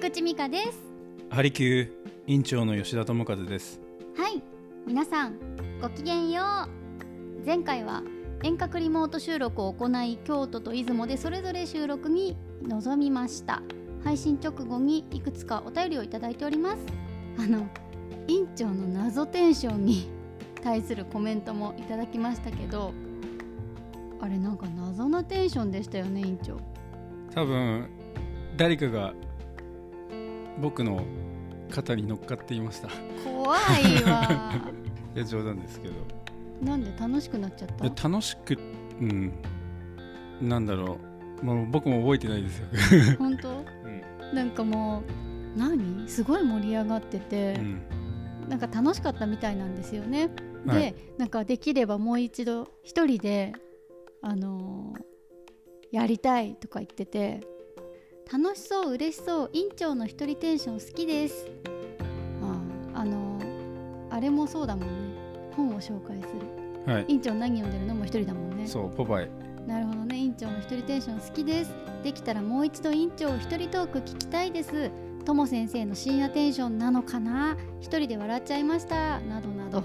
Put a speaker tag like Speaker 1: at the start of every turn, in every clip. Speaker 1: 口美香です
Speaker 2: ハリキュー委員長の吉田智和です
Speaker 1: はい皆さんごきげんよう前回は遠隔リモート収録を行い京都と出雲でそれぞれ収録に臨みました配信直後にいくつかお便りをいただいておりますあの委員長の謎テンションに対するコメントもいただきましたけどあれなんか謎なテンションでしたよね委員長
Speaker 2: 多分誰かが僕の肩に乗っかっていましたい
Speaker 1: 怖いわ
Speaker 2: や冗談ですけど
Speaker 1: なんで楽しくなっちゃっ
Speaker 2: い
Speaker 1: た
Speaker 2: や楽しくうんなんだろうもう僕も覚えてないです よ、
Speaker 1: 本当
Speaker 2: うん
Speaker 1: なんかもう何すごい盛り上がってて、なんか楽しかったみたいなんですよね。で、
Speaker 2: はい
Speaker 1: なんかできればもう一度一人で、あのーやりたいとか言ってて楽しそう嬉しそう院長の一人テンション好きです。あああのーあれもそうだもんね本を紹介する
Speaker 2: はい
Speaker 1: 院長何読んでるのも一人だもんね。
Speaker 2: そうポパイ
Speaker 1: なるほどね院長の一人テンション好きですできたらもう一度院長を一人トーク聞きたいですとも先生の深夜テンションなのかな一人で笑っちゃいましたなどなど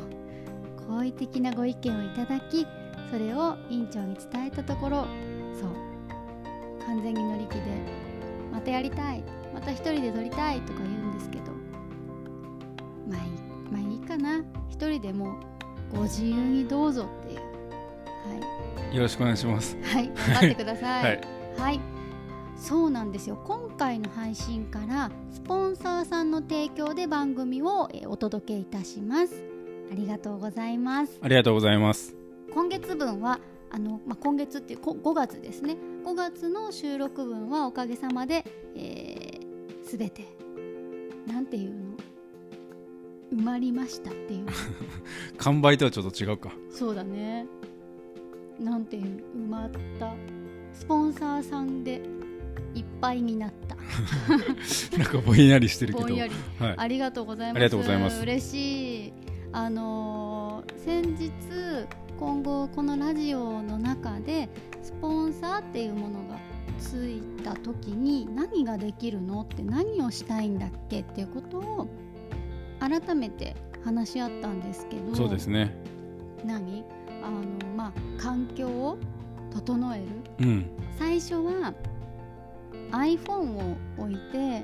Speaker 1: 好意的なご意見をいただきそれを院長に伝えたところそう完全に乗り気でまたやりたいまた一人で撮りたいとか言うんですけどまあいいまあいいかな一人でもうご自由にどうぞっていうはい
Speaker 2: よろしくお願いします
Speaker 1: はい、頑張ってください。
Speaker 2: は
Speaker 1: はいい、そうなんですよ。今回の配信からスポンサーさんの提供で番組をえーお届けいたします。ありがとうございます。
Speaker 2: ありがとうございます
Speaker 1: 今月分はあの、まあ、今月っていうこ5月ですね5月の収録分はおかげさまで、えー、全てなんていうの埋まりましたっていう
Speaker 2: 完売とはちょっと違うか
Speaker 1: そうだねなんていう埋まったスポンサーさんでいっぱいになった
Speaker 2: なんかぼんやりしてるけど
Speaker 1: ぼんやり
Speaker 2: はい、
Speaker 1: ありがとうございます。
Speaker 2: ありがとうございます
Speaker 1: 嬉しい。あのー先日今後このラジオの中でスポンサーっていうものがついた時に何ができるのって何をしたいんだっけっていうことを改めて話し合ったんですけど
Speaker 2: そうですね
Speaker 1: 何あのまあ環境を整える
Speaker 2: うん
Speaker 1: 最初は iPhone を置いて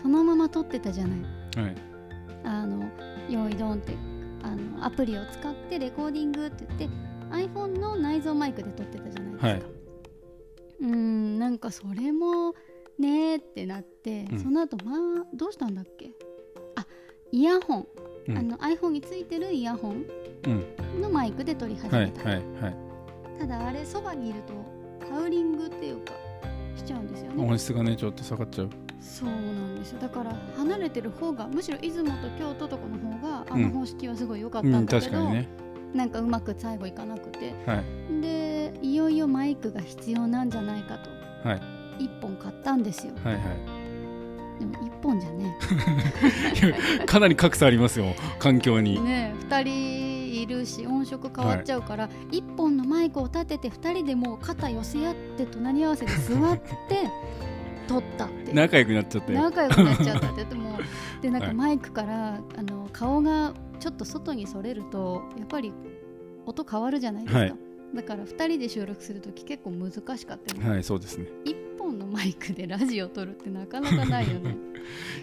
Speaker 1: そのまま撮ってたじゃない
Speaker 2: はい
Speaker 1: あの用意ドンってあのアプリを使ってレコーディングって言って iPhone の内蔵マイクで撮ってたじゃないですか、
Speaker 2: はいう
Speaker 1: ーんなんかそれもねーってなって、
Speaker 2: うん
Speaker 1: その後まあどうしたんだっけあイヤホン、
Speaker 2: うん
Speaker 1: あの iPhone についてるイヤホン
Speaker 2: うん
Speaker 1: のマイクで撮り始めた、
Speaker 2: はいはいはい
Speaker 1: ただあれそばにいるとハウリングっていうかしちゃうんですよね
Speaker 2: 音質がねちょっと下がっちゃう
Speaker 1: そうなんですよだから離れてる方がむしろ出雲と京都とかの方があの
Speaker 2: うん
Speaker 1: 方式はすごい良かった
Speaker 2: うんん
Speaker 1: だけ
Speaker 2: 確
Speaker 1: ど、
Speaker 2: かにね
Speaker 1: なんかうまく最後いかなくて
Speaker 2: はい
Speaker 1: でいよいよマイクが必要なんじゃないかと
Speaker 2: はい
Speaker 1: 1本買ったんですよ
Speaker 2: はいはい
Speaker 1: でも1本じゃね
Speaker 2: かなり格差ありますよ環境に、
Speaker 1: ねえ2人いるし音色変わっちゃうから、1本のマイクを立てて2人でもう肩寄せ合って隣り合わせで座って 撮ったっていう
Speaker 2: 仲良くなっちゃって
Speaker 1: 仲良くなっちゃったって言って もでなん
Speaker 2: は
Speaker 1: か
Speaker 2: い
Speaker 1: マイクからあの顔がちょっと外にそれるとやっぱり音変わるじゃないですか、
Speaker 2: はい
Speaker 1: だから2人で収録する時結構難しかったよね、
Speaker 2: はいそうですね
Speaker 1: 1本のマイクでラジオ撮るってなかなかないよ ね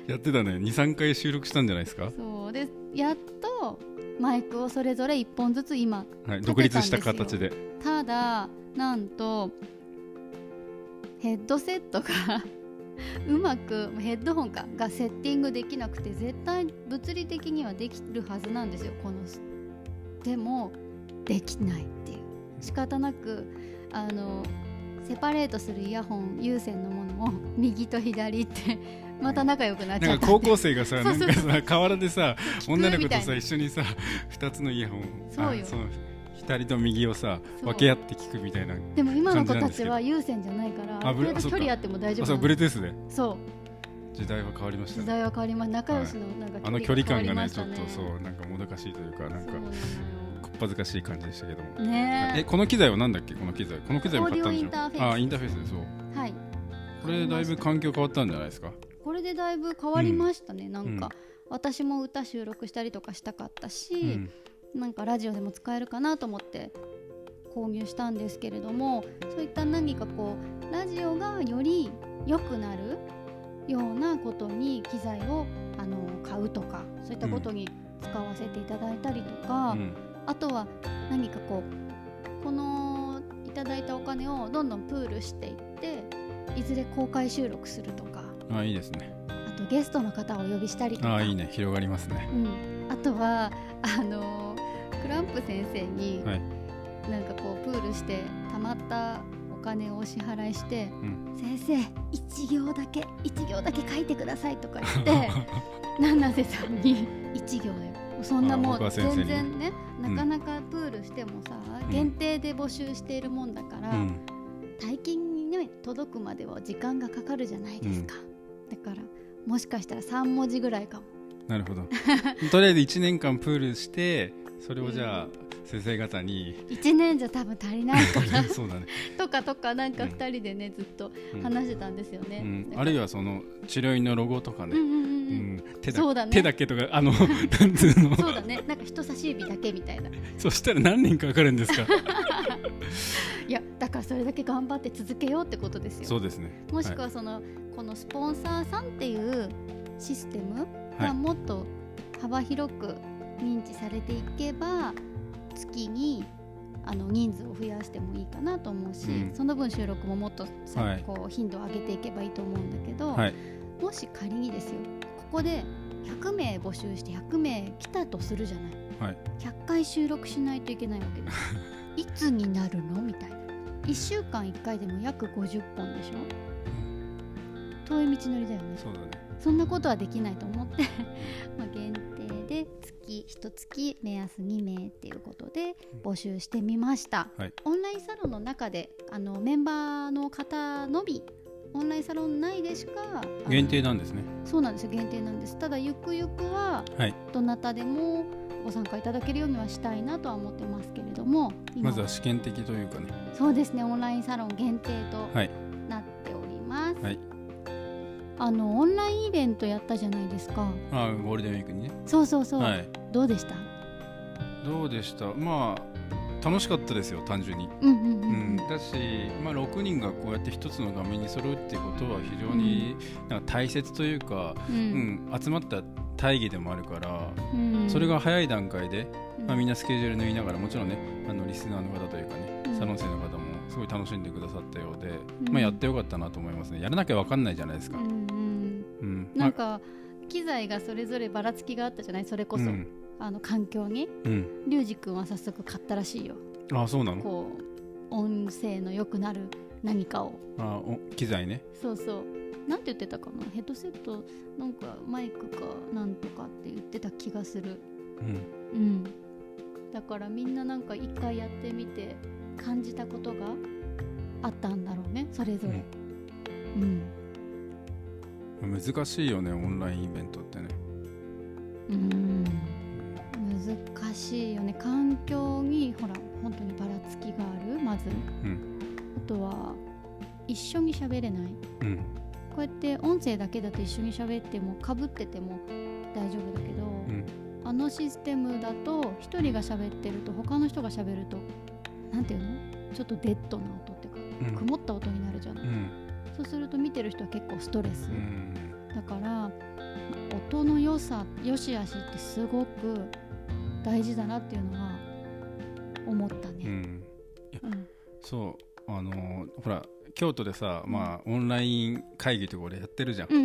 Speaker 2: やってたね23回収録したんじゃないですか、
Speaker 1: そうでやっとマイクをそれぞれ1本ずつ今
Speaker 2: はい、
Speaker 1: 立
Speaker 2: 独
Speaker 1: てたんで
Speaker 2: 立
Speaker 1: す
Speaker 2: し
Speaker 1: よ
Speaker 2: た形で
Speaker 1: ただなんとヘッドセットがうまくヘッドホンかがセッティングできなくて絶対物理的にはできるはずなんですよこのでもできないっていう仕方なくあのセパレートするイヤホン有線のものを 右と左ってまた仲良くなっちゃ
Speaker 2: な
Speaker 1: っ
Speaker 2: ん
Speaker 1: た
Speaker 2: か
Speaker 1: ってい
Speaker 2: 高
Speaker 1: う
Speaker 2: 校生がさ
Speaker 1: そ
Speaker 2: な
Speaker 1: うんそう
Speaker 2: かさ河原でさ
Speaker 1: 聞く
Speaker 2: 女の子
Speaker 1: みた
Speaker 2: と
Speaker 1: いな
Speaker 2: さ一緒にさ2つのイヤホン
Speaker 1: そうよ
Speaker 2: あ左と右をさ
Speaker 1: そう
Speaker 2: 分け合って聞くみたいな
Speaker 1: でも今の子
Speaker 2: 感じな
Speaker 1: た
Speaker 2: んで
Speaker 1: ち
Speaker 2: すけど
Speaker 1: は有線じゃないからあ
Speaker 2: あ
Speaker 1: る
Speaker 2: ブ
Speaker 1: 程
Speaker 2: レ
Speaker 1: 度
Speaker 2: あそっ
Speaker 1: 距
Speaker 2: か
Speaker 1: 離あっても大丈夫
Speaker 2: あそ
Speaker 1: な
Speaker 2: う
Speaker 1: の
Speaker 2: ブルートゥースで
Speaker 1: そう
Speaker 2: 時代は変わりました
Speaker 1: 時
Speaker 2: ね
Speaker 1: 代は変わりま仲良しのなんか
Speaker 2: あの距離
Speaker 1: 変
Speaker 2: 感が
Speaker 1: わ
Speaker 2: ね
Speaker 1: りまし
Speaker 2: ちょ
Speaker 1: た
Speaker 2: っとそうなんかもどかしいというかなん
Speaker 1: そ
Speaker 2: か
Speaker 1: うなのよ
Speaker 2: こっぱずかしい感じでしたけどもえ
Speaker 1: ね
Speaker 2: この機材は何だっけこの機材この機材も買ったんで
Speaker 1: オーディオイ
Speaker 2: しょ
Speaker 1: ンターフェース
Speaker 2: あインターフェースでそう
Speaker 1: えはい
Speaker 2: これだいぶ環境変わったんじゃないですか
Speaker 1: これれでだいぶ変わりましたね、なん
Speaker 2: う
Speaker 1: か
Speaker 2: ん、
Speaker 1: 私も歌収録したりとかしたかったし、
Speaker 2: うん
Speaker 1: なんかラジオでも使えるかなと思って購入したんですけれどもそういった何かこうラジオがより良くなるようなことに機材をあの買うとかそういったことに使わせていただいたりとか、
Speaker 2: うん
Speaker 1: あとは何かこうこのいただいたお金をどんどんプールしていっていずれ公開収録するとか
Speaker 2: あいいですね
Speaker 1: あとゲストの方をお呼びしたりとか
Speaker 2: あいいね広がりますね
Speaker 1: うん、あとはあのークランプ先生に、
Speaker 2: はい
Speaker 1: なんかこうプールしてたまったお金をお支払いして「
Speaker 2: ん
Speaker 1: 先生一行だけ一行だけ書いてください」とか言 って七瀬さんに「一行だよ」そんなも
Speaker 2: あ僕
Speaker 1: う
Speaker 2: は先生に
Speaker 1: 全然ね
Speaker 2: うん
Speaker 1: なかなかプールしてもさ、
Speaker 2: ん
Speaker 1: 限定で募集しているもんだから、
Speaker 2: うん
Speaker 1: 大金に、ね、届くまでは時間がかかるじゃないですか、だからもしかしたら3文字ぐらいかも。
Speaker 2: なるほどとりあえず1年間プールしてそれをじゃあ先生方 に
Speaker 1: 1年じゃ多分足りないから
Speaker 2: そうだね、
Speaker 1: とかとかなんか
Speaker 2: うん
Speaker 1: 2人でねずっと
Speaker 2: うん
Speaker 1: 話してたんですよ
Speaker 2: う
Speaker 1: ね。
Speaker 2: ん
Speaker 1: だから
Speaker 2: あるいはその治療院のロゴとか
Speaker 1: うんう
Speaker 2: ね、
Speaker 1: ん
Speaker 2: う
Speaker 1: うんん
Speaker 2: 手
Speaker 1: そう
Speaker 2: だ
Speaker 1: だね
Speaker 2: 手だけとかあのなんつうの
Speaker 1: そうだねなんか人差し指だけみたいな
Speaker 2: そしたら何年かかるんですか
Speaker 1: いやだからそれだけ頑張って続けようってことです
Speaker 2: そ
Speaker 1: よ
Speaker 2: うですね
Speaker 1: もしくはその、このスポンサーさんっていうシステム
Speaker 2: はい
Speaker 1: がもっと幅広く認知されていけば月にあの人数を増やしてもいいかなと思うし、
Speaker 2: うん
Speaker 1: その分収録ももっとさ、
Speaker 2: はい
Speaker 1: こう頻度を上げていけばいいと思うんだけど、
Speaker 2: はい
Speaker 1: もし仮にですよここで100名募集して100名来たとするじゃない、
Speaker 2: はい
Speaker 1: 100回収録しないといけないわけ ですいつになるのみたいな1週間1回でも約50本でしょ遠い道のりだよね
Speaker 2: そうだね
Speaker 1: そんなことはできないと思って まあ限定で月1月目安2名っていうことで募集してみました、
Speaker 2: はい
Speaker 1: オンラインサロンの中であのメンバーの方のみオンラインサロン内でしかあの
Speaker 2: 限定なんですね
Speaker 1: そうなんですよ限定なんですただゆくゆくは、
Speaker 2: はい
Speaker 1: どなたでもご参加いただけるようにはしたいなとは思ってますけれども今
Speaker 2: まずは試験的というかね
Speaker 1: そうですねオンラインサロン限定と
Speaker 2: はい
Speaker 1: なっております、
Speaker 2: はい
Speaker 1: あのオンラインイベントやったじゃないですか
Speaker 2: あーゴールデンウィークにね
Speaker 1: そうそうそう、
Speaker 2: はい
Speaker 1: どうでした
Speaker 2: どうでしたまあ楽しかったですよ単純に、
Speaker 1: うんうんう
Speaker 2: うんん、だし、まあ、6人がこうやって一つの画面に揃うっていうことは非常になんか大切というか、
Speaker 1: う
Speaker 2: うんん集まった大義でもあるから、
Speaker 1: うん
Speaker 2: それが早い段階で、
Speaker 1: うん
Speaker 2: まあ、みんなスケジュール縫いながらもちろんねあのリスナーの方というかね、
Speaker 1: うん
Speaker 2: サロン生の方もすごい楽しんでくださったようで、
Speaker 1: うん
Speaker 2: まあ、やってよかったなと思いますねやらなきゃ分かんないじゃないですか。
Speaker 1: うんうん
Speaker 2: うん
Speaker 1: なんか機材がそれぞればらつきがあったじゃないそれこそ、
Speaker 2: うん
Speaker 1: あの環境に
Speaker 2: うん、
Speaker 1: リュウジ君は早速買ったらしいよ
Speaker 2: あそうなの
Speaker 1: こう音声の良くなる何かを
Speaker 2: あお機材ね
Speaker 1: そうそうなんて言ってたかなヘッドセットなんかマイクかなんとかって言ってた気がする
Speaker 2: うん
Speaker 1: うんだからみんななんか一回やってみて感じたことがあったんだろうねそれぞれうん
Speaker 2: 難しいよねオンラインイベントってね
Speaker 1: うん難しいよね環境にほら本当にばらつきがあるまず
Speaker 2: うん
Speaker 1: あとは一緒に喋れない
Speaker 2: うん
Speaker 1: こうやって音声だけだと一緒に喋ってもかぶってても大丈夫だけど、
Speaker 2: ん
Speaker 1: あのシステムだと一人が喋ってると他の人が喋るとなんていうのちょっとデッドな音っていう
Speaker 2: う
Speaker 1: か
Speaker 2: ん
Speaker 1: 曇った音になるじゃない、
Speaker 2: うん
Speaker 1: そうすると見てる人は結構ストレス、
Speaker 2: うん
Speaker 1: だから音の良さ良し悪しってすごく大事だなっていうのは思った
Speaker 2: う
Speaker 1: ね。
Speaker 2: ん
Speaker 1: うん
Speaker 2: そうあのーほら京都でさ、まあ、オンライン会議とか俺やってるじゃん、
Speaker 1: うんう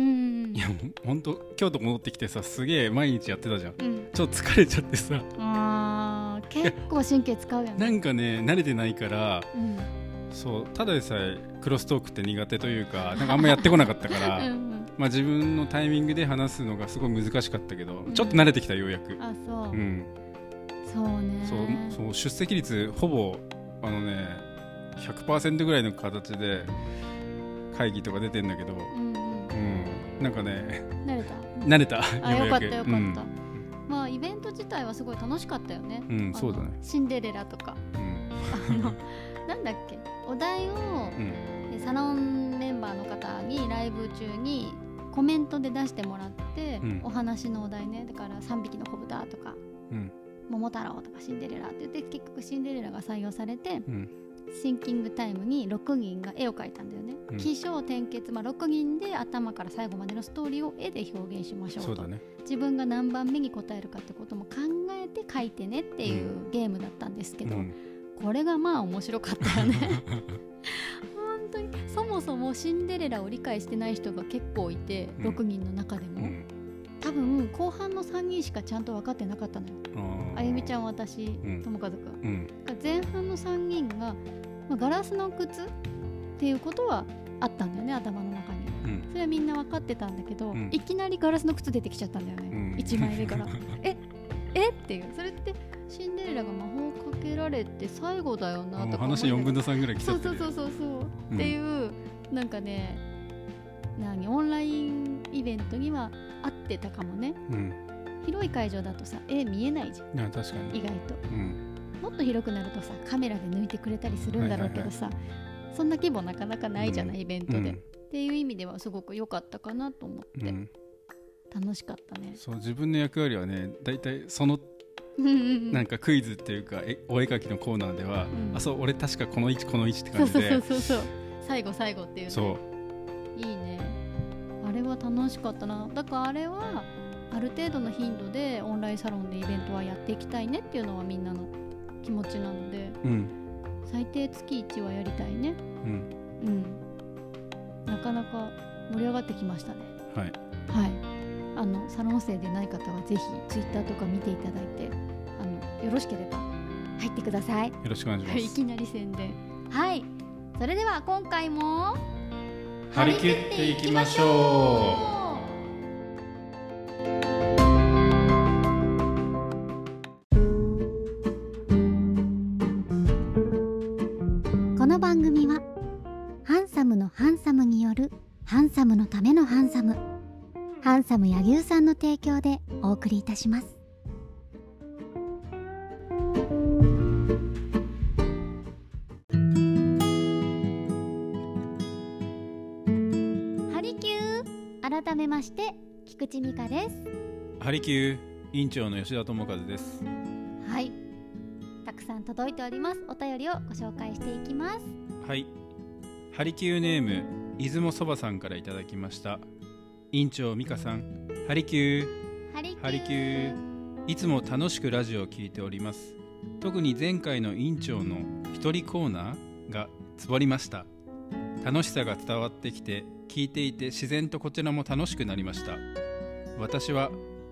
Speaker 1: ん
Speaker 2: いやもうほんと京都戻ってきてさすげえ毎日やってたじゃん
Speaker 1: うんうん、
Speaker 2: ちょっと疲れちゃってさ
Speaker 1: あー結構神経使うよ
Speaker 2: な
Speaker 1: ね。
Speaker 2: んかね慣れてないから
Speaker 1: うん
Speaker 2: そうただでさえクロストークって苦手というかなんかあんまやってこなかったから、
Speaker 1: うん
Speaker 2: まあ、自分のタイミングで話すのがすごい難しかったけど、
Speaker 1: ん
Speaker 2: ちょっと慣れてきたようやく
Speaker 1: うん、、あそう、
Speaker 2: うん、
Speaker 1: そうね
Speaker 2: そうそう出席率ほぼあのね100%ぐらいの形で会議とか出てんだけど、
Speaker 1: うんう
Speaker 2: うん、なんかね
Speaker 1: ん、慣れた
Speaker 2: 慣れた
Speaker 1: あ
Speaker 2: う
Speaker 1: よ
Speaker 2: や
Speaker 1: かっ
Speaker 2: く
Speaker 1: たよかった、まあイベント自体はすごい楽しかったよね
Speaker 2: うん、うん
Speaker 1: あの
Speaker 2: そうだね
Speaker 1: シンデレラと か
Speaker 2: うん
Speaker 1: あのなんだっけお題を
Speaker 2: うん
Speaker 1: サロンメンバーの方にライブ中にコメントで出してもらって、
Speaker 2: うん
Speaker 1: お話のお題ねだから「3匹の子豚」とか
Speaker 2: うん
Speaker 1: 「桃太郎」とか「シンデレラ」って言って結局シンデレラが採用されて
Speaker 2: うん
Speaker 1: シンキングタイムに6人が絵を描いたんだよね、
Speaker 2: うん
Speaker 1: 起承転結、まあ、6人で頭から最後までのストーリーを絵で表現しましょう
Speaker 2: そ
Speaker 1: と
Speaker 2: うだね
Speaker 1: 自分が何番目に答えるかってことも考えて書いてねっていううゲームだったんですけど、
Speaker 2: うん
Speaker 1: これがまあ面白かったよ ね本当にそもそもシンデレラを理解してない人が結構いて、
Speaker 2: うん
Speaker 1: 6人の中で
Speaker 2: う
Speaker 1: も、
Speaker 2: ん
Speaker 1: 多分後半の3人しかちゃんと分かってなかったのよ、あゆみち
Speaker 2: ゃ
Speaker 1: ゃん私
Speaker 2: ん
Speaker 1: ともかずくん
Speaker 2: んうん
Speaker 1: が前半の3人が、まあ、ガラスの靴っていうことはあったんだよね頭の中に
Speaker 2: うん
Speaker 1: それはみんな分かってたんだけど、
Speaker 2: うん
Speaker 1: いきなりガラスの靴出てきちゃったんだよね、
Speaker 2: うん
Speaker 1: 1枚目 からええっていうそれってシンデレラが魔法をかけられて最後だよな
Speaker 2: もう
Speaker 1: とか思いながら
Speaker 2: 話4分の3ぐらい来ち
Speaker 1: そ
Speaker 2: ゃっ
Speaker 1: う
Speaker 2: て
Speaker 1: そう
Speaker 2: る
Speaker 1: そうそうそう、っていうなんかね何オンラインイベントには合ってたかもね
Speaker 2: うん
Speaker 1: 広い会場だとさ絵見えないじゃん
Speaker 2: いや確かに
Speaker 1: 意外と
Speaker 2: うん
Speaker 1: もっと広くなるとさカメラで抜いてくれたりするんだろうけどさ、そんな規模なかなかないじゃない、
Speaker 2: うん
Speaker 1: イベント
Speaker 2: う
Speaker 1: で、っ
Speaker 2: ん
Speaker 1: ていう意味ではすごく良かったかなと思っ
Speaker 2: う
Speaker 1: て、
Speaker 2: ん
Speaker 1: 楽しかったね
Speaker 2: そう自分の役割はね大体その
Speaker 1: うんうんう
Speaker 2: なん
Speaker 1: ん
Speaker 2: かクイズっていうかえお絵描きのコーナーでは
Speaker 1: ん
Speaker 2: あそう俺確かこの位置この位置って
Speaker 1: そう
Speaker 2: 感じ
Speaker 1: そうそ
Speaker 2: で
Speaker 1: うそうそう最後最後っていうね
Speaker 2: そう
Speaker 1: いいねあれは楽しかったなだからあれはある程度の頻度でオンラインサロンでイベントはやっていきたいねっていうのはみんなの気持ちなので
Speaker 2: うん
Speaker 1: 最低月1はやりたいね
Speaker 2: うん
Speaker 1: うんなかなか盛り上がってきましたね
Speaker 2: はい
Speaker 1: はい、あのサロン生でない方はぜひツイッターとか見ていただいてあのよろしければ入ってください。
Speaker 2: よろしくお願いしま
Speaker 1: い
Speaker 2: す
Speaker 1: きなり宣伝。はい、それでは今回も
Speaker 2: 張り切っていきましょ
Speaker 1: この番組はハンサムのハンサムによるハンサムのためのハンサムハンサム柳生さんの提供でお送りいたしますハリキュー改めまして菊池美香です
Speaker 2: うハリキュー委員長の吉田智和です
Speaker 1: はいたくさん届いておりますお便りをご紹介していきます
Speaker 2: はいハリキューネーム出雲そばさんからいただきました委員長美香さんハリキュー
Speaker 1: ハリキュー
Speaker 2: ハリキューいつも楽しくラジオを聞いております特に前回の委員長の一人コーナーがつぼりました楽しさが伝わってきて聞いていて自然とこちらも楽しくなりました私は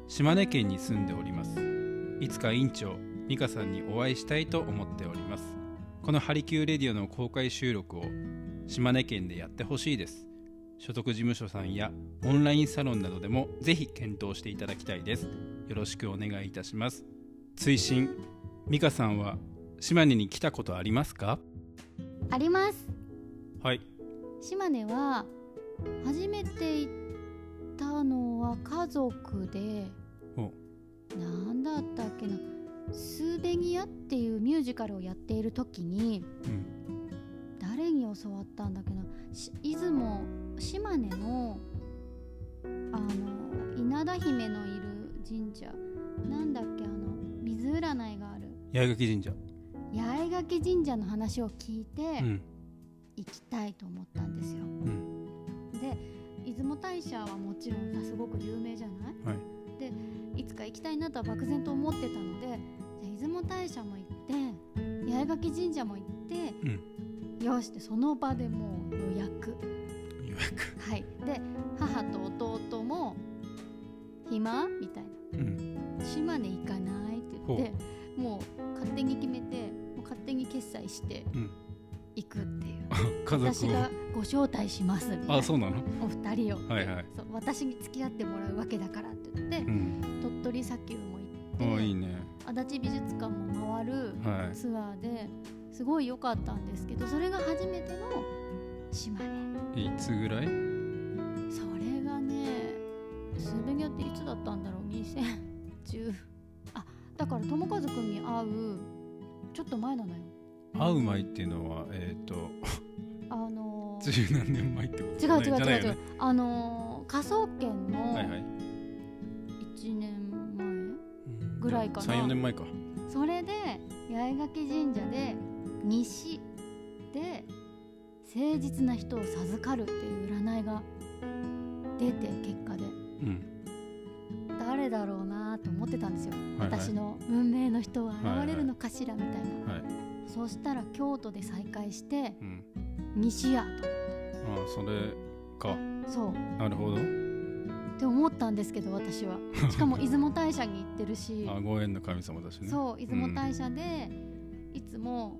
Speaker 2: 島根県に住んでおりますいつか委員長美香さんにお会いしたいと思っておりますこのハリキューレディオの公開収録を島根県でやってほしいです所属事務所さんやオンラインサロンなどでもぜひ検討していただきたいですよろしくお願いいたします追伸美香さんは島根に来たことありますか
Speaker 1: あります
Speaker 2: はい
Speaker 1: 島根は初めて行ったのは家族で
Speaker 2: お
Speaker 1: なんだったっけな「スーベニア」っていうミュージカルをやっている時に
Speaker 2: うん
Speaker 1: 誰に教わったんだっけなし出雲島根のあの稲田姫のいる神社なんだっけあの水占いがある
Speaker 2: 八重垣神社
Speaker 1: 八重垣神社の話を聞いて、
Speaker 2: うん
Speaker 1: 行きたいと思ったんですよ。
Speaker 2: ん
Speaker 1: で出雲大社はもちろんさすごく有名じゃない、、
Speaker 2: はい
Speaker 1: でいつか行きたいなとは漠然と思ってたのでじゃあ出雲大社も行って八重垣神社も行って、よしってその場でもう予約。
Speaker 2: 予約
Speaker 1: はい、で母と弟も「暇?」みたいな
Speaker 2: うん
Speaker 1: 「島根行かない?」って言ってもう勝手に決めてもう勝手に決済して
Speaker 2: うん
Speaker 1: 行くっていう。
Speaker 2: 家
Speaker 1: 私
Speaker 2: 族を
Speaker 1: がご招待しますみたいな
Speaker 2: あそうなの
Speaker 1: お二人を、
Speaker 2: はいはい
Speaker 1: そう私に付き合ってもらうわけだからって言って、
Speaker 2: うん
Speaker 1: 鳥取砂丘も行っ
Speaker 2: あ
Speaker 1: て
Speaker 2: いいね
Speaker 1: 足立美術館も回る
Speaker 2: は
Speaker 1: ツアーですごい良かったんですけどそれが初めての島根
Speaker 2: いいつぐらい
Speaker 1: それがねスーベニアっていつだったんだろう2010あだから友和君に会うちょっと前なのよ
Speaker 2: 会う前っていうのはえっ、と
Speaker 1: あのー
Speaker 2: 十何年前ってこと
Speaker 1: 違う違う違う違う、
Speaker 2: じゃないよね
Speaker 1: あの科捜研の
Speaker 2: はいはい
Speaker 1: 1年前、ぐらいかな
Speaker 2: 34年前か
Speaker 1: それで八重垣神社で西で誠実な人を授かるっていう占いが出て結果で
Speaker 2: うん
Speaker 1: 誰だろうなと思ってたんですよ、
Speaker 2: はいはい
Speaker 1: 私の運命の人は現れるのかしらみたいな、
Speaker 2: はい
Speaker 1: そしたら京都で再会して
Speaker 2: うん
Speaker 1: 西や
Speaker 2: ああそれか
Speaker 1: とそう
Speaker 2: なるほど
Speaker 1: って思ったんですけど私 はしかも出雲大社に行ってるし
Speaker 2: あご縁の神様だしね
Speaker 1: そう出雲大社で、いつも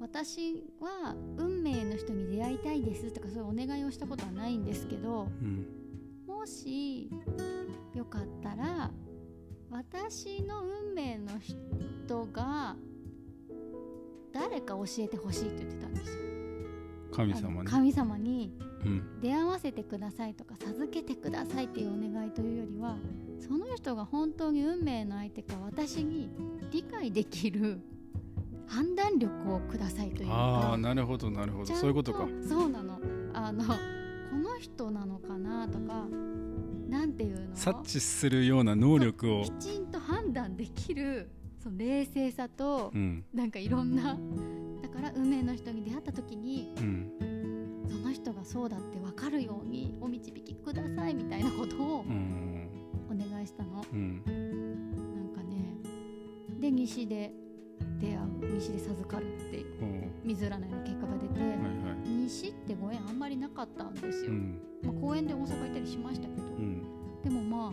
Speaker 1: 私は運命の人に出会いたいですとかそういうお願いをしたことはないんですけど
Speaker 2: うん
Speaker 1: もしよかったら私の運命の人が誰か教えてほしいって言ってたんですよ。
Speaker 2: 神
Speaker 1: あ
Speaker 2: 様
Speaker 1: の
Speaker 2: ね
Speaker 1: 神様に
Speaker 2: うん
Speaker 1: 出会わせてくださいとか授けてくださいっていうお願いというよりはその人が本当に運命の相手か私に理解できる判断力をくださいという
Speaker 2: ああ
Speaker 1: か
Speaker 2: なるほどなるほ
Speaker 1: ち
Speaker 2: ど
Speaker 1: ゃん
Speaker 2: そういうことか
Speaker 1: そうなのあのこの人なのかなとかなんていうの
Speaker 2: 察知するような能力を
Speaker 1: きちんと判断できるその冷静さと
Speaker 2: うん
Speaker 1: なんかいろんなだから運命の人に出会った時に
Speaker 2: うん
Speaker 1: その人がそうだって分かるようにお導きくださいみたいなことを
Speaker 2: うん
Speaker 1: お願いしたの
Speaker 2: うん
Speaker 1: なんかねで西で出会う西で授かるって
Speaker 2: おう
Speaker 1: 水占いの結果が出て、
Speaker 2: はいはい
Speaker 1: 西ってご縁あんまりなかったんです
Speaker 2: う
Speaker 1: よ、
Speaker 2: ん
Speaker 1: まあ、公園で大阪行ったりしましたけど、
Speaker 2: うん
Speaker 1: でもまあ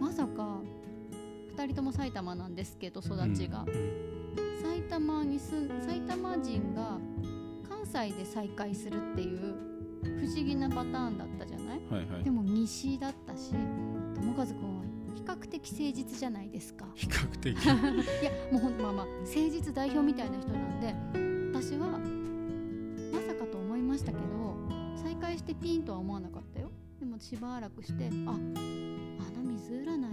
Speaker 1: まさか2人とも埼玉なんですけど育ちが、
Speaker 2: うん
Speaker 1: 埼玉に住ん埼玉人が関西で再会するっていう不思議なパターンだったじゃない
Speaker 2: はいはい
Speaker 1: でも西だったし友和君は比較的誠実じゃないですか
Speaker 2: 比較 的
Speaker 1: いやもうほんまあまあ誠実代表みたいな人なんで私はまさかと思いましたけど再会してピンとは思わなかったよでもしばらくしてああの水占いは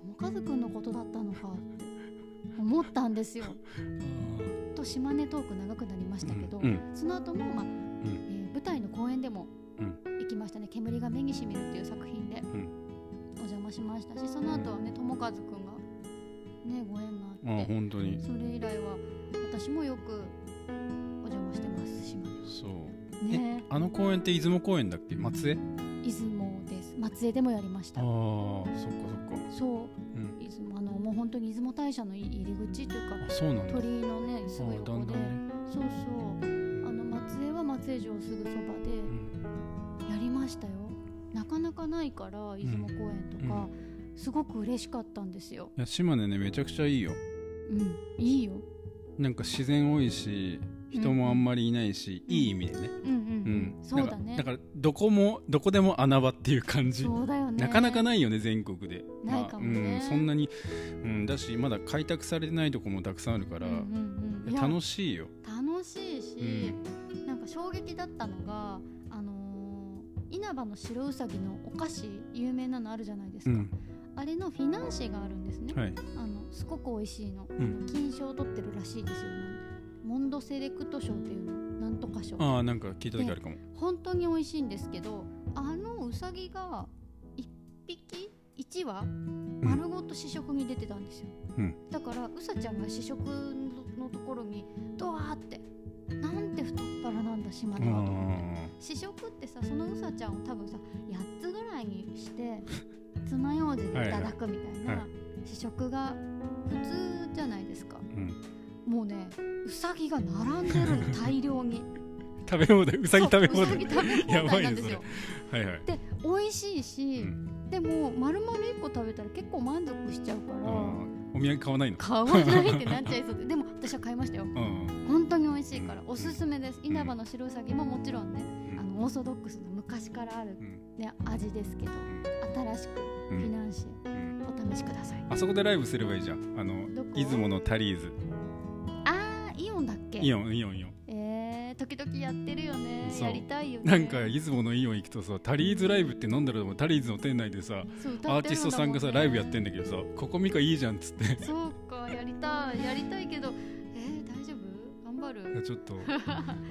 Speaker 1: 友和君のことだったのかって思ったんですよと島根トーク長くなりましたけど、
Speaker 2: うん
Speaker 1: その後もまあ、えー舞台の公演でも
Speaker 2: うん
Speaker 1: 行きましたね「煙が目にしみる」っていう作品で
Speaker 2: ん
Speaker 1: お邪魔しましたしその後はね友和くんがねご縁が
Speaker 2: あ
Speaker 1: あっ
Speaker 2: ー
Speaker 1: て
Speaker 2: 本当に
Speaker 1: それ以来は私もよくお邪魔してます島
Speaker 2: そう
Speaker 1: 根ね
Speaker 2: あの公園って出雲公園だっけ松江
Speaker 1: 出雲です松江でもやりまし
Speaker 2: ああ
Speaker 1: た
Speaker 2: そっかそっか
Speaker 1: そう
Speaker 2: うん
Speaker 1: 出雲あのもう本当に出雲大社の入り口というか
Speaker 2: あそうなんだ
Speaker 1: 鳥居のねすぐ
Speaker 2: あーだ
Speaker 1: 横
Speaker 2: ん
Speaker 1: で
Speaker 2: だんね
Speaker 1: そうそうあの松江は松江城すぐそばで
Speaker 2: うん
Speaker 1: やりましたよなかなかないから出雲公園とか、すごく嬉しかったんですよ
Speaker 2: いや島根ねめちゃくちゃいいよ
Speaker 1: うんいいよ
Speaker 2: なんか自然多いし人もあんまりいないし、
Speaker 1: うん
Speaker 2: いい意味でね、
Speaker 1: うん
Speaker 2: うん
Speaker 1: うん、そうだね
Speaker 2: だからだからどこもどこでも穴場っていう感じ、
Speaker 1: そうだよね
Speaker 2: なかなか
Speaker 1: い
Speaker 2: ないよね全国で
Speaker 1: ないかもね
Speaker 2: まあうん、そんなに、うん、だしまだ開拓されてないとこもたくさんあるから、
Speaker 1: うんうんうん、
Speaker 2: いや
Speaker 1: 楽
Speaker 2: 楽しいよ、
Speaker 1: 楽しいし、
Speaker 2: うん
Speaker 1: なんか衝撃だったのがあのー稲葉の白うさぎのお菓子有名なのあるじゃないです
Speaker 2: う
Speaker 1: か、
Speaker 2: ん、
Speaker 1: あれのフィナンシェがあるんですね、
Speaker 2: はい
Speaker 1: あのすごく美味しいの、
Speaker 2: ん
Speaker 1: 金賞を取ってるらしいですよねモンドセレクト賞っていうのなんとか賞
Speaker 2: ああなんか聞いた時あるかも、
Speaker 1: 本当に美味しいんですけどあのうさぎが1匹1羽丸ごと試食に出てたんですよ、
Speaker 2: うん
Speaker 1: だからうさちゃんが試食のところにドワーってなんて太っ腹なんだ島根はと思って
Speaker 2: あ
Speaker 1: 試食ってさそのうさちゃんを多分さ8つぐらいにして爪楊枝でいただくみたい
Speaker 2: はい
Speaker 1: な
Speaker 2: は
Speaker 1: 試食が普通じゃないですか
Speaker 2: ーうん、
Speaker 1: もうねうさぎが並んでる の大量に
Speaker 2: 食べ放題うさぎ食べ放
Speaker 1: そううさぎ
Speaker 2: 題
Speaker 1: 食べ
Speaker 2: や
Speaker 1: 放
Speaker 2: ば
Speaker 1: 題
Speaker 2: い
Speaker 1: な
Speaker 2: ね
Speaker 1: んですよ
Speaker 2: はいはい
Speaker 1: で美味しいし、
Speaker 2: う
Speaker 1: でも丸々1個食べたら結構満足しちゃうか
Speaker 2: あ
Speaker 1: ら、
Speaker 2: ーお土産買わないの
Speaker 1: 買わないってなっちゃいそうででも私は買いましたよ
Speaker 2: うん
Speaker 1: 本当に美味しいから
Speaker 2: うん
Speaker 1: おすすめです稲葉の白うさぎももちろんね
Speaker 2: うん
Speaker 1: あのオーソドックスの昔からある
Speaker 2: う、ん
Speaker 1: ね、味ですけど新しく
Speaker 2: う
Speaker 1: フィ
Speaker 2: ん
Speaker 1: ナンシ
Speaker 2: うんうん
Speaker 1: ェお試しください
Speaker 2: あそこでライブすればいいじゃんあの
Speaker 1: どこ
Speaker 2: 出雲のタリーズ
Speaker 1: あイオンだっけ
Speaker 2: イオンイオンイオン
Speaker 1: えー、時々やってるよね
Speaker 2: そう
Speaker 1: やりたいよね
Speaker 2: なんか出雲のイオン行くとさタリーズライブってなんだろうでもタリーズの店内でさ
Speaker 1: そう
Speaker 2: アーティストさんがさライブやってんだ
Speaker 1: け
Speaker 2: けどさここミカいいじゃんっつって
Speaker 1: どそうかやりたいやりたいけどえー、大丈夫頑張る
Speaker 2: いやちょっ と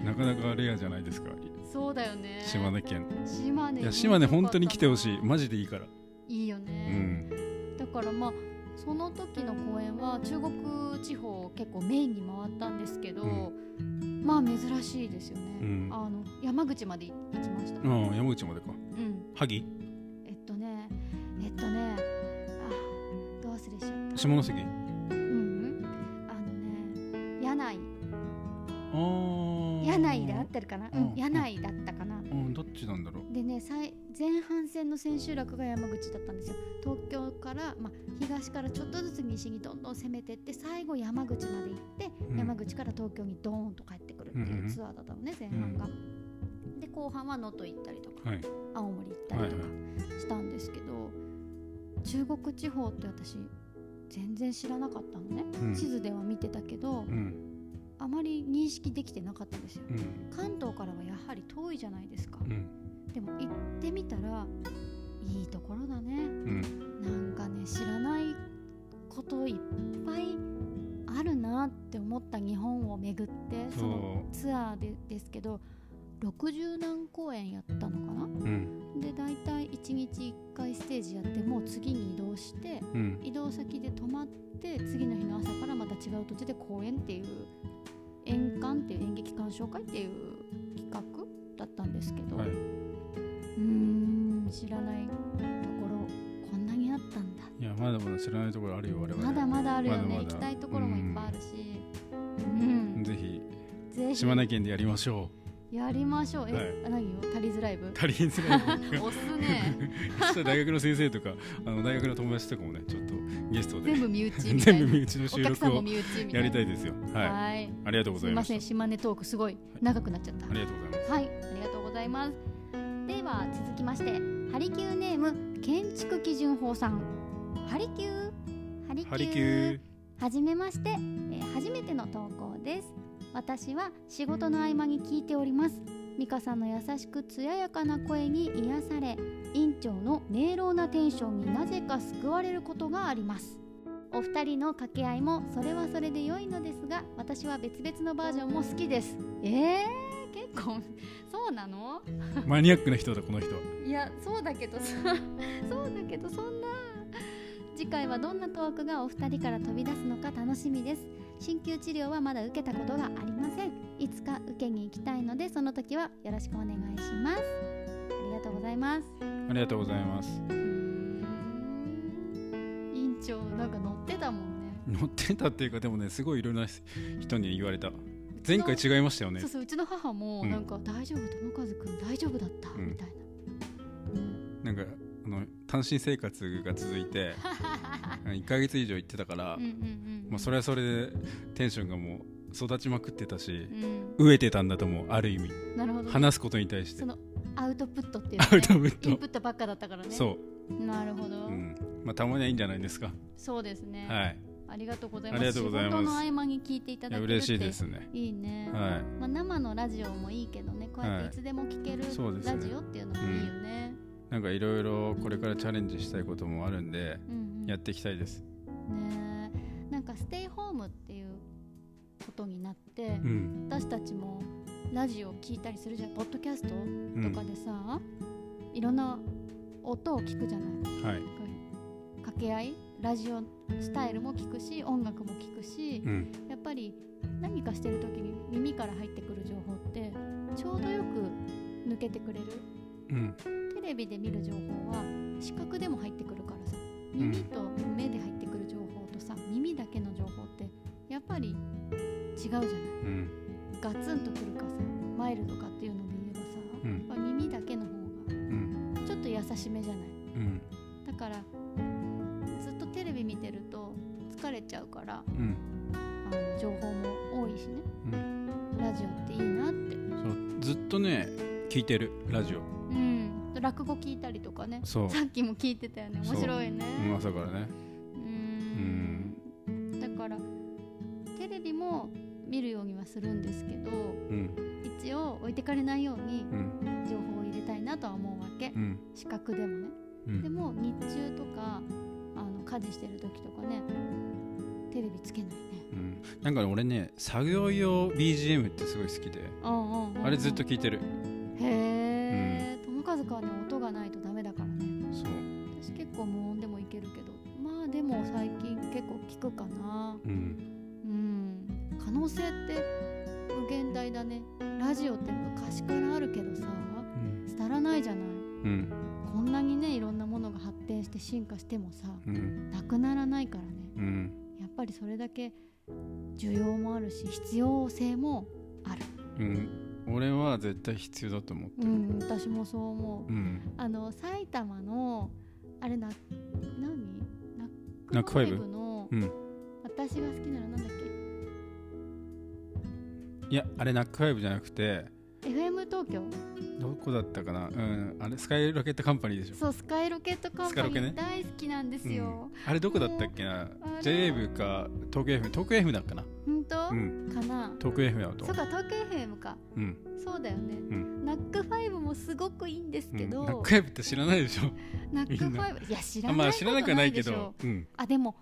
Speaker 2: なかなかレアじゃないですか
Speaker 1: そうだよね
Speaker 2: 島根県
Speaker 1: 島根
Speaker 2: いや島根本当に来てほ
Speaker 1: い
Speaker 2: しいマジでいいから
Speaker 1: いいよね
Speaker 2: う、ん
Speaker 1: だからまあその時の公演は中国地方を結構メインに回ったんですけど、
Speaker 2: う
Speaker 1: まあ珍しいですよね、
Speaker 2: うん
Speaker 1: あの山口まで行きました、
Speaker 2: ああ山口まで
Speaker 1: う
Speaker 2: か
Speaker 1: ん
Speaker 2: 萩
Speaker 1: えっとねえっとねあどう忘れしちゃった
Speaker 2: 下関
Speaker 1: うんうんあのね柳井
Speaker 2: あー
Speaker 1: 柳井で合ってるかな、う、
Speaker 2: うんん
Speaker 1: 柳井だったかな
Speaker 2: うんどっちなんだろう
Speaker 1: でね最前半戦の千秋楽が山口だったんですよ東京から、まあ、東からちょっとずつ西にどんどん攻めてって最後山口まで行って、
Speaker 2: うん
Speaker 1: 山口から東京にドーンと帰ってくるって
Speaker 2: ん
Speaker 1: いううんツアーだったのね、前半が。で後半は能登行ったりとか
Speaker 2: はい
Speaker 1: 青森行ったりとか
Speaker 2: は
Speaker 1: したんですけど、中国地方って私全然知らなかったのね、
Speaker 2: うん
Speaker 1: 地図では見てたけど、
Speaker 2: うん
Speaker 1: あまり認識できてなかったんですよ。
Speaker 2: うん
Speaker 1: 関東からはやはり遠いじゃないですか。
Speaker 2: うん
Speaker 1: でも行ってみたらいいところだね
Speaker 2: うん
Speaker 1: なんかね知らないこといっぱいあるなって思った日本を巡ってその
Speaker 2: そ
Speaker 1: ツアーでですけど60何公演やったのかな
Speaker 2: ううん
Speaker 1: で大体1日1回ステージやってもう次に移動して
Speaker 2: うん
Speaker 1: 移動先で泊まって次の日の朝からまた違う土地で公演っていう演館っていう演劇鑑賞会っていう企画だったんですけど、
Speaker 2: はいう
Speaker 1: ーん知らないところこんなにあったんだ
Speaker 2: いやまだまだ知らないところあるよ我々
Speaker 1: まだまだあるよね
Speaker 2: まだまだ
Speaker 1: 行きたいところもいっぱいあるしうん、
Speaker 2: ぜひ
Speaker 1: ぜひ
Speaker 2: 島根県でやりましょ
Speaker 1: やりましょうえ、
Speaker 2: はい
Speaker 1: あ何よ足りずライ ブ
Speaker 2: う足りづらい
Speaker 1: 押すね
Speaker 2: そしたら大学の先生とかあの大学の友達とかもねちょっとゲストで
Speaker 1: 全部身内みたいな
Speaker 2: 全部身内の収
Speaker 1: お客さん
Speaker 2: 録
Speaker 1: も
Speaker 2: を
Speaker 1: 身内みた
Speaker 2: や
Speaker 1: いな
Speaker 2: りたいですよはい
Speaker 1: は
Speaker 2: あ
Speaker 1: い
Speaker 2: りがとうご
Speaker 1: す
Speaker 2: ざ
Speaker 1: み
Speaker 2: い
Speaker 1: ま
Speaker 2: ました
Speaker 1: せん島根トークすごい長くなっちゃった
Speaker 2: ありがとうございます
Speaker 1: はい、ありがとうございます。では続きまして、ハリキューネーム建築基準法さん。ハリキュー、ハリキュ
Speaker 2: ハリキ
Speaker 1: ー
Speaker 2: ュ。
Speaker 1: はじめまして、えー初めての投稿です。私は仕事の合間に聞いております。ミカさんの優しく艶やかな声に癒され、院長の明朗なテンションになぜか救われることがあります。お二人の掛け合いもそれはそれで良いのですが、私は別々のバージョンも好きです。えー、結構そうなの？
Speaker 2: ーマニアックな人だこの人はい
Speaker 1: やそう だけどさそうだけどそんな次回はどんなトークがお二人から飛び出すのか楽しみです鍼灸治療はまだ受けたことがありませんいつか受けに行きたいのでその時はよろしくお願いしますありがとうございます
Speaker 2: ありがとうございます
Speaker 1: うーん院長なんか乗ってたもんね
Speaker 2: 乗ってたっていうかでもねすごいいろんな人に言われた前回違いましたよね
Speaker 1: そうそううちの母も
Speaker 2: うん
Speaker 1: なんか「大丈夫友和くん大丈夫だった」
Speaker 2: うん
Speaker 1: み たいな、うん
Speaker 2: なんかあの単身生活が続いて1ヶ月以上行ってたから、
Speaker 1: うんうんうん
Speaker 2: まあ、それはそれでテンションがもう育ちまくってたし
Speaker 1: う、ん
Speaker 2: 飢えてたんだと思うある意味
Speaker 1: なるほどね
Speaker 2: 話すことに対して
Speaker 1: そのアウトプットっていうの
Speaker 2: ア
Speaker 1: ね
Speaker 2: ウトプッ
Speaker 1: イン
Speaker 2: ト
Speaker 1: プットばっかだったからね
Speaker 2: そう
Speaker 1: なるほど、
Speaker 2: う、うんまあ、たまにはいいんじゃないですか
Speaker 1: そうですね、
Speaker 2: はい
Speaker 1: ありがとうございます
Speaker 2: ありがとうございま
Speaker 1: 仕
Speaker 2: す
Speaker 1: 事の合間に聞いていた
Speaker 2: い
Speaker 1: だ
Speaker 2: や
Speaker 1: けるって
Speaker 2: 嬉しいですね
Speaker 1: いいね、
Speaker 2: は
Speaker 1: まあ、生のラジオもいいけどねこうやって
Speaker 2: はい
Speaker 1: いつでも聞ける
Speaker 2: そうです
Speaker 1: ラ
Speaker 2: ね
Speaker 1: ジオっていうのもいいよね、
Speaker 2: いなんかいろいろこれからチャレンジしたいこともあるんで
Speaker 1: うんうん
Speaker 2: やっていきたいです
Speaker 1: ねえなんかステイホームっていうことになって、
Speaker 2: うん
Speaker 1: 私たちもラジオ聞いたりするじゃんポッドキャスト
Speaker 2: う
Speaker 1: と
Speaker 2: ん
Speaker 1: かでさ、いろんな音を聞くじゃない
Speaker 2: はい
Speaker 1: 掛け合いラジオスタイルも聞くし音楽も聞くし
Speaker 2: う、ん
Speaker 1: やっぱり何かしてる時に耳から入ってくる情報ってちょうどよく抜けてくれる
Speaker 2: うん
Speaker 1: テレビで見る情報は視覚でも入ってくるからさ耳と目で入ってくる情報とさ耳だけの情報ってやっぱり違うじゃない
Speaker 2: うん
Speaker 1: ガツンとくるかさマイルドかっていうので言えばさ、
Speaker 2: うん
Speaker 1: やっぱ耳だけの方
Speaker 2: う
Speaker 1: が
Speaker 2: ん
Speaker 1: ちょっと優しめじゃない
Speaker 2: うん
Speaker 1: だからずっとテレビ見てると疲れちゃうから
Speaker 2: うん
Speaker 1: あの情報も多いしね、
Speaker 2: うん
Speaker 1: ラジオっていいなって、
Speaker 2: そうずっとね聞いてるラジオ
Speaker 1: うん、落語聞いたりとかね
Speaker 2: そう、
Speaker 1: さっきも聞いてたよね
Speaker 2: そう
Speaker 1: 面白いね
Speaker 2: うん、朝からね
Speaker 1: うーんだからテレビも見るようにはするんですけど
Speaker 2: うん
Speaker 1: 一応置いてかれないように
Speaker 2: うん
Speaker 1: 情報を入れたいなとは思うわけ
Speaker 2: うん
Speaker 1: 視覚でもね
Speaker 2: う
Speaker 1: で
Speaker 2: ん
Speaker 1: も日中とかあの家事してる時とかねテレビつけないね
Speaker 2: うん、なんかね俺ね作業用 BGM ってすごい好きで
Speaker 1: うんうんうんうん
Speaker 2: あれずっと聴いてる
Speaker 1: へえ、友和君はね音がないとダメだからね
Speaker 2: そう
Speaker 1: 私結構無音でもいけるけどまあでも最近結構聞くかな
Speaker 2: うん
Speaker 1: うん可能性って無限大だねラジオって昔からあるけどさ
Speaker 2: うん
Speaker 1: 伝わらないじゃない
Speaker 2: うん
Speaker 1: こんなにねいろんなものが発展して進化してもさ
Speaker 2: うん
Speaker 1: なくならないからね
Speaker 2: うん
Speaker 1: やっぱりそれだけ需要もあるし必要性もある
Speaker 2: うん俺は絶対必要だと思って
Speaker 1: う
Speaker 2: る
Speaker 1: ん私もそう思う
Speaker 2: うん
Speaker 1: あの埼玉のあれな何
Speaker 2: ナッ
Speaker 1: ナッ
Speaker 2: ク
Speaker 1: ク
Speaker 2: フ
Speaker 1: ファ
Speaker 2: ァイ
Speaker 1: イ
Speaker 2: ブ
Speaker 1: ブの、
Speaker 2: うん
Speaker 1: 私が好きなのなんだっ
Speaker 2: いやあれナックファイブじゃなくて
Speaker 1: け FM 東京
Speaker 2: どこだったかなうんあれスカイロケットカンパニーでしょ
Speaker 1: そうスカイロケットカン
Speaker 2: スカ
Speaker 1: パ
Speaker 2: ロ
Speaker 1: ニ
Speaker 2: ケね
Speaker 1: ー大好きなんですよ、
Speaker 2: うんあれどこだったっけな
Speaker 1: あれ
Speaker 2: j w か東京 FM 東京 FM だっかな
Speaker 1: 本当、
Speaker 2: うん
Speaker 1: かな
Speaker 2: 東京 FM だと
Speaker 1: そうか東京 FM か
Speaker 2: うん
Speaker 1: そうだよね、
Speaker 2: ん
Speaker 1: ナックファイブもすごくいいんです
Speaker 2: うん
Speaker 1: けど、
Speaker 2: ナックファイブって知らないでしょ
Speaker 1: ナックフ
Speaker 2: みんな
Speaker 1: ァイブいや知ら
Speaker 2: あ
Speaker 1: ない
Speaker 2: まあ
Speaker 1: こ
Speaker 2: 知
Speaker 1: と
Speaker 2: らなくはない
Speaker 1: で
Speaker 2: け
Speaker 1: しょ
Speaker 2: どうん
Speaker 1: あでも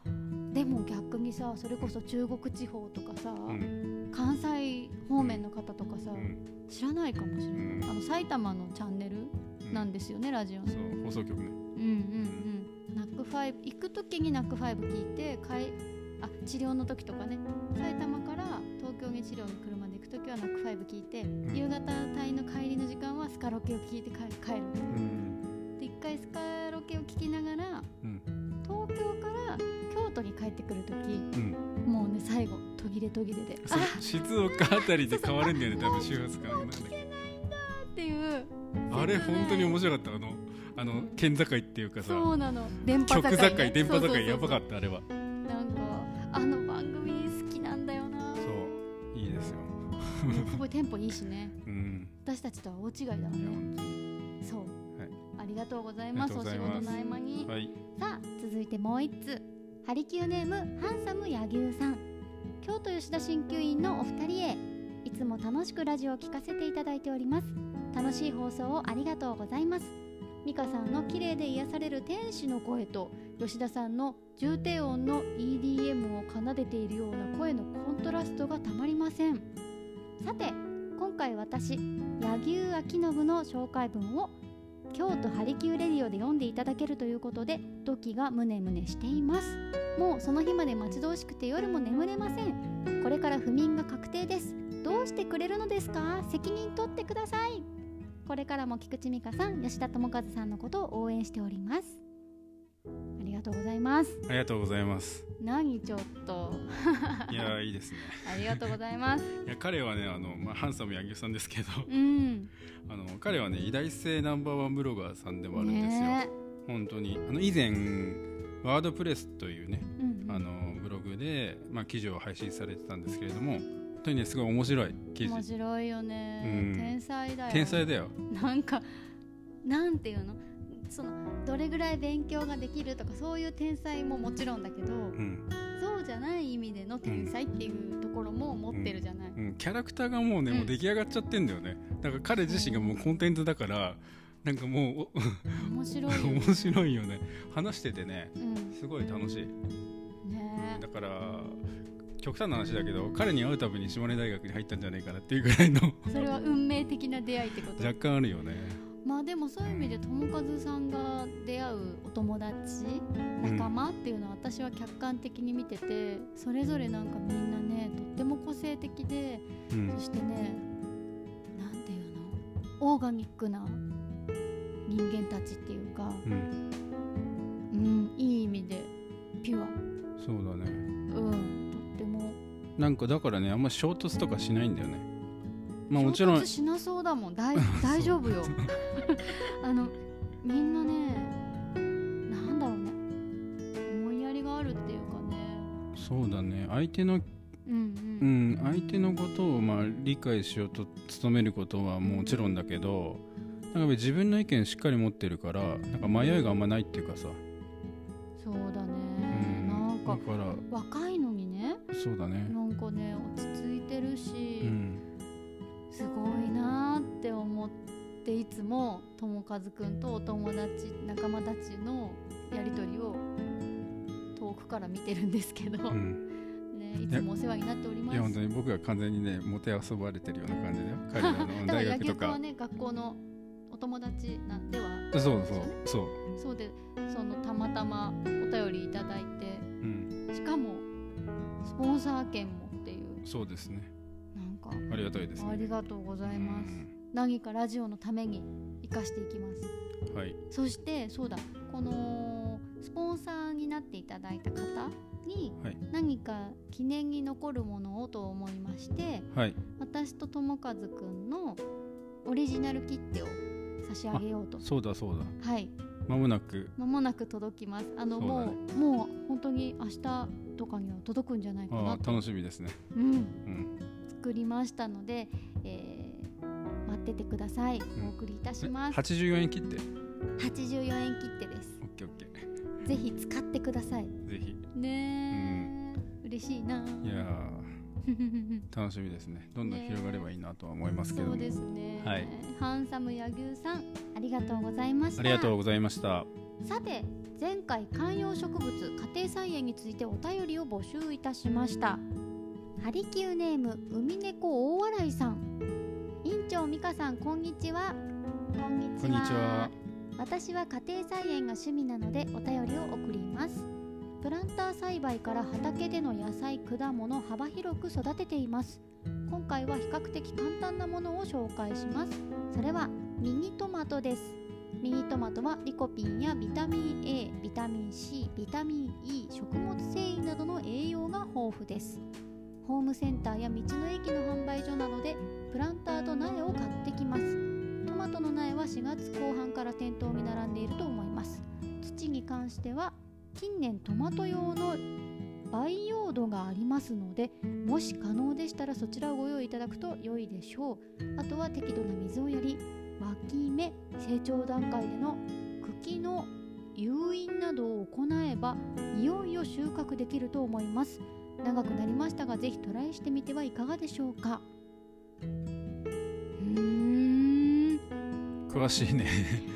Speaker 1: でも逆にさそれこそ中国地方とかさ、
Speaker 2: うん
Speaker 1: 関西方面の方とかさ、
Speaker 2: うん
Speaker 1: 知らないかもしれない、
Speaker 2: うん
Speaker 1: あの埼玉のチャンネル
Speaker 2: うん
Speaker 1: なんですよね、ラジオの
Speaker 2: そう放送局
Speaker 1: うん
Speaker 2: ね
Speaker 1: うんうんナックファイブ行く時にナックファイブ聞いてかいあ治療の時とかね埼玉から東京に治療に車で行く時はナックファイブ聞いて、
Speaker 2: ん
Speaker 1: 夕方帯の帰りの時間はスカロケを聞いて帰帰る
Speaker 2: うん
Speaker 1: で一回スカロケを聞きながら
Speaker 2: うん
Speaker 1: 東京から京都に帰ってくる時、
Speaker 2: うん
Speaker 1: もうね最後途切れ途切れであ
Speaker 2: そう静岡あたりで変わるんだよね多分周波数かなんか
Speaker 1: っていう
Speaker 2: あれ本当に面白かったあのあの県境っていうかさ
Speaker 1: そうなの電波
Speaker 2: 曲
Speaker 1: ね
Speaker 2: 境電波境やばか
Speaker 1: そうそうそう
Speaker 2: ったあれは
Speaker 1: そうなんかあの番組好きなんだよな
Speaker 2: そういい ですよ
Speaker 1: すごいテンポいいしね
Speaker 2: うん
Speaker 1: 私たちとは大違いだわ
Speaker 2: いや
Speaker 1: ね
Speaker 2: 本当に
Speaker 1: そう、
Speaker 2: はい
Speaker 1: ありがとうございます
Speaker 2: ありがとうござい
Speaker 1: お
Speaker 2: ます
Speaker 1: 仕事の合間に、
Speaker 2: はい
Speaker 1: さあ続いてもう一つハリキューネームハンサム柳生さん京都吉田鍼灸院のお二人へいつも楽しくラジオを聞かせていただいております楽しい放送をありがとうございます美香さんの綺麗で癒される天使の声と吉田さんの重低音の EDM を奏でているような声のコントラストがたまりませんさて今回私柳生昭信の紹介文を京都ハリキューレディオで読んでいただけるということでドキがムネムネしていますもうその日まで待ち遠しくて夜も眠れませんこれから不眠が確定ですどうしてくれるのですか責任取ってくださいこれからも菊池美香さん吉田智和さんのことを応援しておりますありがとうございます
Speaker 2: ありがとうござい ます
Speaker 1: 何ちょっと
Speaker 2: いやーいいですね
Speaker 1: ありがとうございます
Speaker 2: いや彼はねあの、まあ、ハンサム柳生さんですけど
Speaker 1: うん
Speaker 2: あの彼はね偉大性ナンバーワンブロガーさんでもあるんですよ、
Speaker 1: ね
Speaker 2: 本当にあの以前ワードプレスというね
Speaker 1: えうんうん
Speaker 2: あのブログで、まあ、記事を配信されてたんですけれども本当にねすごい面白い記
Speaker 1: 面
Speaker 2: 事
Speaker 1: 白いよね、
Speaker 2: うん
Speaker 1: 天才だよ
Speaker 2: 天才だよ
Speaker 1: なんかなんていうのそのどれぐらい勉強ができるとかそういう天才ももちろんだけど
Speaker 2: うん、
Speaker 1: そうじゃない意味での天才っていうところも持ってるじゃない、
Speaker 2: うん、キャラクターがもうねもう出来上がっちゃってんだよねだから彼自身がもうコンテンツだからなんかもう
Speaker 1: 面白
Speaker 2: お
Speaker 1: いよね
Speaker 2: 面白いよね話しててね
Speaker 1: うん
Speaker 2: すごい楽しい
Speaker 1: ね
Speaker 2: だから極端な話だけど彼に会うたびに島根大学に入ったんじゃないかなっていうぐらいの
Speaker 1: えそれは運命的な出会いってこと
Speaker 2: 若干あるよね
Speaker 1: まあでもそういう意味で友和さんが出会うお友達
Speaker 2: うん
Speaker 1: 仲間っていうのは私は客観的に見ててそれぞれなんかみんなねとっても個性的で
Speaker 2: うん
Speaker 1: そしてねなんていうのオーガニックな人間たちっていうか、
Speaker 2: うん
Speaker 1: うん、いい意味でピュア、
Speaker 2: そうだね
Speaker 1: うん、とっても
Speaker 2: なんかだからねあんま衝突とかしないんだよねまあもちろ
Speaker 1: 衝
Speaker 2: ん
Speaker 1: 突しなそうだもん 大大丈夫よ あのみんなねなんだろうね思いやりがあるっていうかね
Speaker 2: そうだね相手の
Speaker 1: うん
Speaker 2: う
Speaker 1: うん、
Speaker 2: ん、相手のことをまあ理解しようと努めることはもちろんだけどなんかやっぱり自分の意見しっかり持ってるからなんか迷いがあんまないっていうかさ、
Speaker 1: そうだね、
Speaker 2: うん、
Speaker 1: なんか
Speaker 2: だから
Speaker 1: 若いのにね
Speaker 2: そうだね
Speaker 1: なんかね落ち着いてるし、
Speaker 2: うん
Speaker 1: すごいなーって思っていつも友和くんとお友達仲間たちのやり取りを遠くから見てるんですけど、
Speaker 2: うん
Speaker 1: ねいつもお世話になっておりま
Speaker 2: いや本
Speaker 1: す
Speaker 2: 当に僕が完全にねもてあそばれてるような感じだよ彼 らの
Speaker 1: だから
Speaker 2: 大
Speaker 1: 野
Speaker 2: 学
Speaker 1: 球
Speaker 2: と
Speaker 1: 部は
Speaker 2: か
Speaker 1: ね学校のお友達なんでは
Speaker 2: そう
Speaker 1: です
Speaker 2: そ
Speaker 1: よね
Speaker 2: うそう、
Speaker 1: そうでそのたまたまお便りいただいて
Speaker 2: うん、
Speaker 1: しかもスポンサー券もっていう
Speaker 2: そうですね
Speaker 1: なんか
Speaker 2: ありがたいですね
Speaker 1: ありがとうございます、
Speaker 2: うん
Speaker 1: 何かラジオのために生かしていきます
Speaker 2: はい
Speaker 1: そしてそうだこのスポンサーになっていただいた方に
Speaker 2: はい
Speaker 1: 何か記念に残るものをと思いまして
Speaker 2: はい
Speaker 1: 私と友和くんのオリジナル切手を差し上げようと
Speaker 2: そうだそうだ
Speaker 1: はい
Speaker 2: まもなく
Speaker 1: 間もなく届きますあの、
Speaker 2: そうだ
Speaker 1: も
Speaker 2: ね
Speaker 1: うもう本当に明日とかには届くんじゃないか
Speaker 2: あ
Speaker 1: な
Speaker 2: ー
Speaker 1: と、
Speaker 2: 楽しみですね
Speaker 1: うん、
Speaker 2: うん
Speaker 1: 作りましたので、えー待っててください、
Speaker 2: ん
Speaker 1: お送りいたします
Speaker 2: 84円切って
Speaker 1: 84円切手です
Speaker 2: オッケーオッケー
Speaker 1: ぜひ使ってください
Speaker 2: ぜひ
Speaker 1: ねえ、嬉しい な
Speaker 2: いやー楽しみですねどんどん広がればいいなとは思いますけど
Speaker 1: そ
Speaker 2: も、
Speaker 1: うですね、
Speaker 2: はい
Speaker 1: ハンサム柳生さんありがとうございました
Speaker 2: ありがとうございました
Speaker 1: さて前回観葉植物家庭菜園についてお便りを募集いたしましたハリキューネーム海猫大洗さん院長美香さんこんにちはこんに
Speaker 2: こんにちは
Speaker 1: 私は家庭菜園が趣味なのでお便りを送りますプランター栽培から畑での野菜果物幅広く育てています今回は比較的簡単なものを紹介しますそれはミニトマトですミニトマトはリコピンやビタミン A ビタミン C ビタミン E 食物繊維などの栄養が豊富ですホームセンターや道の駅の販売所などでプランターと苗を買ってきますトマトの苗は4月後半から店頭に並んでいると思います土に関しては近年トマト用の培養土がありますのでもし可能でしたらそちらをご用意いただくと良いでしょうあとは適度な水をやり脇芽成長段階での茎の誘引などを行えばいよいよ収穫できると思います長くなりましたがぜひトライしてみてはいかがでしょうかうーん
Speaker 2: 詳し いね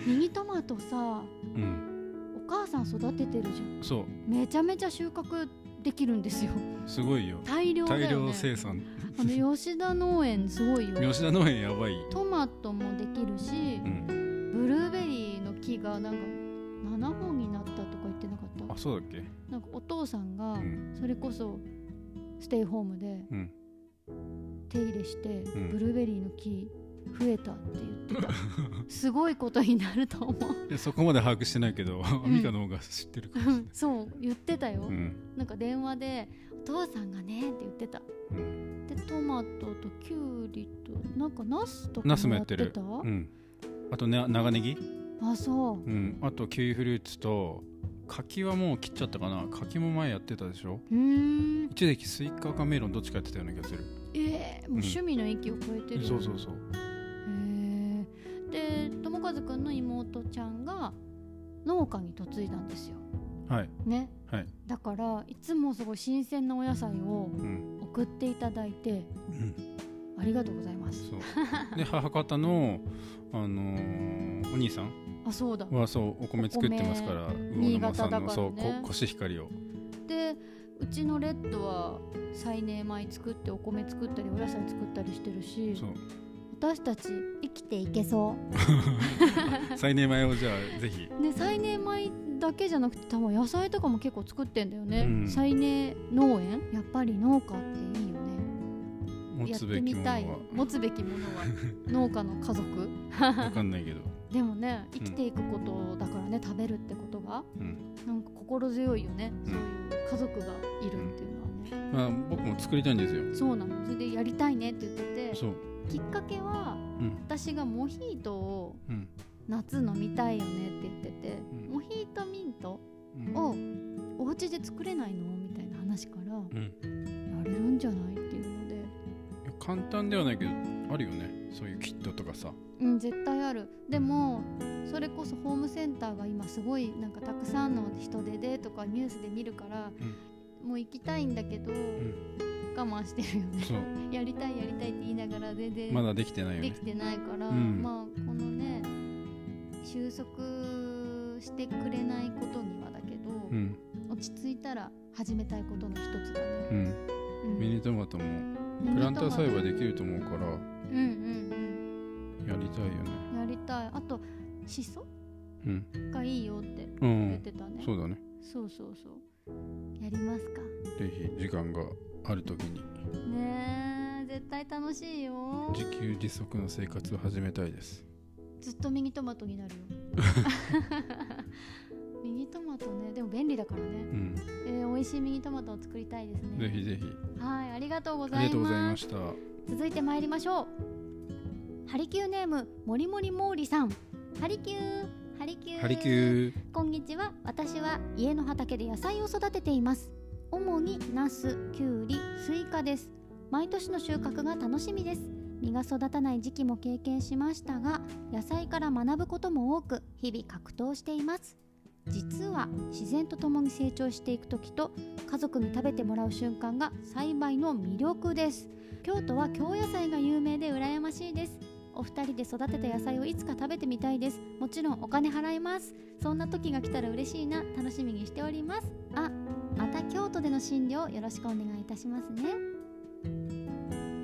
Speaker 1: ミニトマトさ
Speaker 2: うん
Speaker 1: お母さん育ててるじゃん
Speaker 2: そう
Speaker 1: めちゃめちゃ収穫できるんですよ
Speaker 2: すごいよ
Speaker 1: 大量だよ
Speaker 2: 大
Speaker 1: ね
Speaker 2: 量生産
Speaker 1: あの吉田農園すごいよ
Speaker 2: 吉田農園やばい
Speaker 1: トマトもできるし
Speaker 2: うん
Speaker 1: ブルーベリーの木がなんか7本になったとか言ってなかった
Speaker 2: あそうだっけ
Speaker 1: なんかお父さんが
Speaker 2: ん
Speaker 1: それこそステイホームで
Speaker 2: うん
Speaker 1: 手入れして
Speaker 2: ん
Speaker 1: ブルーベリーの木増えたって言 ってたすごいことになると思う
Speaker 2: でそこまで把握してないけど、
Speaker 1: ん
Speaker 2: ミカの方が知ってるかもしれない
Speaker 1: そう言ってたよ、
Speaker 2: うん
Speaker 1: なんか電話で「お父さんがね」って言ってた
Speaker 2: うん
Speaker 1: でトマトとキュウリとなんかナスとか
Speaker 2: ナスも
Speaker 1: も
Speaker 2: や
Speaker 1: や
Speaker 2: っ
Speaker 1: ってて
Speaker 2: る
Speaker 1: た、
Speaker 2: うんあとね長ネギ
Speaker 1: あそう
Speaker 2: うんあとキウイフルーツと柿はもう切っちゃったかな柿も前やってたでしょ
Speaker 1: うーん
Speaker 2: 一時期スイカかメロンどっちかやってたような気がする
Speaker 1: えー、もう趣味の域を超えてる、
Speaker 2: そうそうそう
Speaker 1: へえで友和くんの妹ちゃんが農家に嫁いだんですよ
Speaker 2: はい
Speaker 1: ね、
Speaker 2: はい
Speaker 1: だからいつもすごい新鮮なお野菜を
Speaker 2: うん、
Speaker 1: 送っていただいて
Speaker 2: うん、
Speaker 1: ありがとうございます
Speaker 2: そうで母方のあのーお兄さん
Speaker 1: あそうだ
Speaker 2: はそうお米作ってますから魚
Speaker 1: 新
Speaker 2: 沼さ
Speaker 1: 潟
Speaker 2: ん
Speaker 1: だ
Speaker 2: の、
Speaker 1: からね
Speaker 2: そうこコシヒカリを
Speaker 1: でうちのレッドは再燃米作ってお米作ったりお野菜作ったりしてるし
Speaker 2: そう
Speaker 1: 私たち生きていけそ
Speaker 2: 再燃米をじゃあぜひ
Speaker 1: うね再燃米だけじゃなくて多分野菜とかも結構作ってんだよね、
Speaker 2: うん
Speaker 1: 再燃農園やっぱり農家っていいよね
Speaker 2: 持
Speaker 1: やっ
Speaker 2: つ
Speaker 1: て
Speaker 2: べき
Speaker 1: み
Speaker 2: もの
Speaker 1: たい
Speaker 2: は
Speaker 1: 持つべきもの は農家の家族
Speaker 2: わかんないけど、
Speaker 1: でもね生きていくことだからね、食べるってことが
Speaker 2: うん
Speaker 1: なんか心強いよね、
Speaker 2: うん
Speaker 1: そういう家族がいるっていうのはね、
Speaker 2: まあ、僕も作りたいんですよ
Speaker 1: そうなのそれでやりたいねって言って
Speaker 2: そう、
Speaker 1: てきっかけは
Speaker 2: うん
Speaker 1: 私がモヒートを
Speaker 2: うん
Speaker 1: 夏飲みたいよねって言ってて、
Speaker 2: うん
Speaker 1: モヒートミント
Speaker 2: うん
Speaker 1: をお家で作れないのみたいな話から
Speaker 2: うん、い
Speaker 1: やれるんじゃないっていうので
Speaker 2: や簡単ではないけどあるよねそういうキットとかさ
Speaker 1: うん絶対あるでもそれこそホームセンターが今すごいなんかたくさんの人出でとかニュースで見るから、もう行きたいんだけど、我慢してるよね
Speaker 2: そう
Speaker 1: やりたいやりたいって言いながら全然
Speaker 2: まだできてないよ
Speaker 1: で
Speaker 2: ね
Speaker 1: きてないから、
Speaker 2: うん
Speaker 1: まあこのね収束してくれないことにはだけど、
Speaker 2: うん
Speaker 1: 落ち着いたら始めたいことの一つだね、
Speaker 2: うんミニトマトもプランター栽培できると思うから
Speaker 1: うんうん
Speaker 2: やりたいよね
Speaker 1: うんやりたいあとシソ
Speaker 2: うん
Speaker 1: がいいよって
Speaker 2: う
Speaker 1: 言っ
Speaker 2: ん
Speaker 1: てたね、
Speaker 2: そうだね
Speaker 1: そうそうそうやりますか
Speaker 2: ぜひ時間がある時に
Speaker 1: ねえ絶対楽しいよ
Speaker 2: 自給自足の生活を始めたいです
Speaker 1: ずっとミニトマトにな るよミニトマトねでも便利だからね、
Speaker 2: うん
Speaker 1: えー、美味しいミニトマトを作りたいですね
Speaker 2: ぜひぜひ
Speaker 1: はいありがとうご
Speaker 2: あ
Speaker 1: ざ
Speaker 2: り
Speaker 1: い
Speaker 2: がとうござい
Speaker 1: ま
Speaker 2: ますした
Speaker 1: 続いて参りましょうハリキューネームもりもりもーりさんハリキューハリキュー
Speaker 2: ハリキュー
Speaker 1: こんにちは私は家の畑で野菜を育てています主にナス、キュウリ、スイカです毎年の収穫が楽しみです実が育たない時期も経験しましたが野菜から学ぶことも多く日々格闘しています実は自然と共に成長していく時と家族に食べてもらう瞬間が栽培の魅力です京都は京野菜が有名で羨ましいですお二人で育てた野菜をいつか食べてみたいですもちろんお金払いますそんな時が来たら嬉しいな楽しみにしておりますあまた京都での診療よろしくお願いいたしますね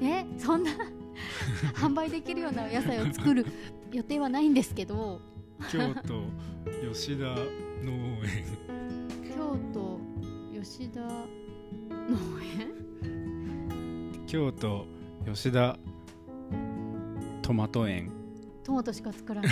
Speaker 1: えそんな 販売できるような野菜を作る予定はないんですけど
Speaker 2: 京都吉田農園
Speaker 1: 京都吉田農園
Speaker 2: 京都吉田トマト園
Speaker 1: トマトしか作らない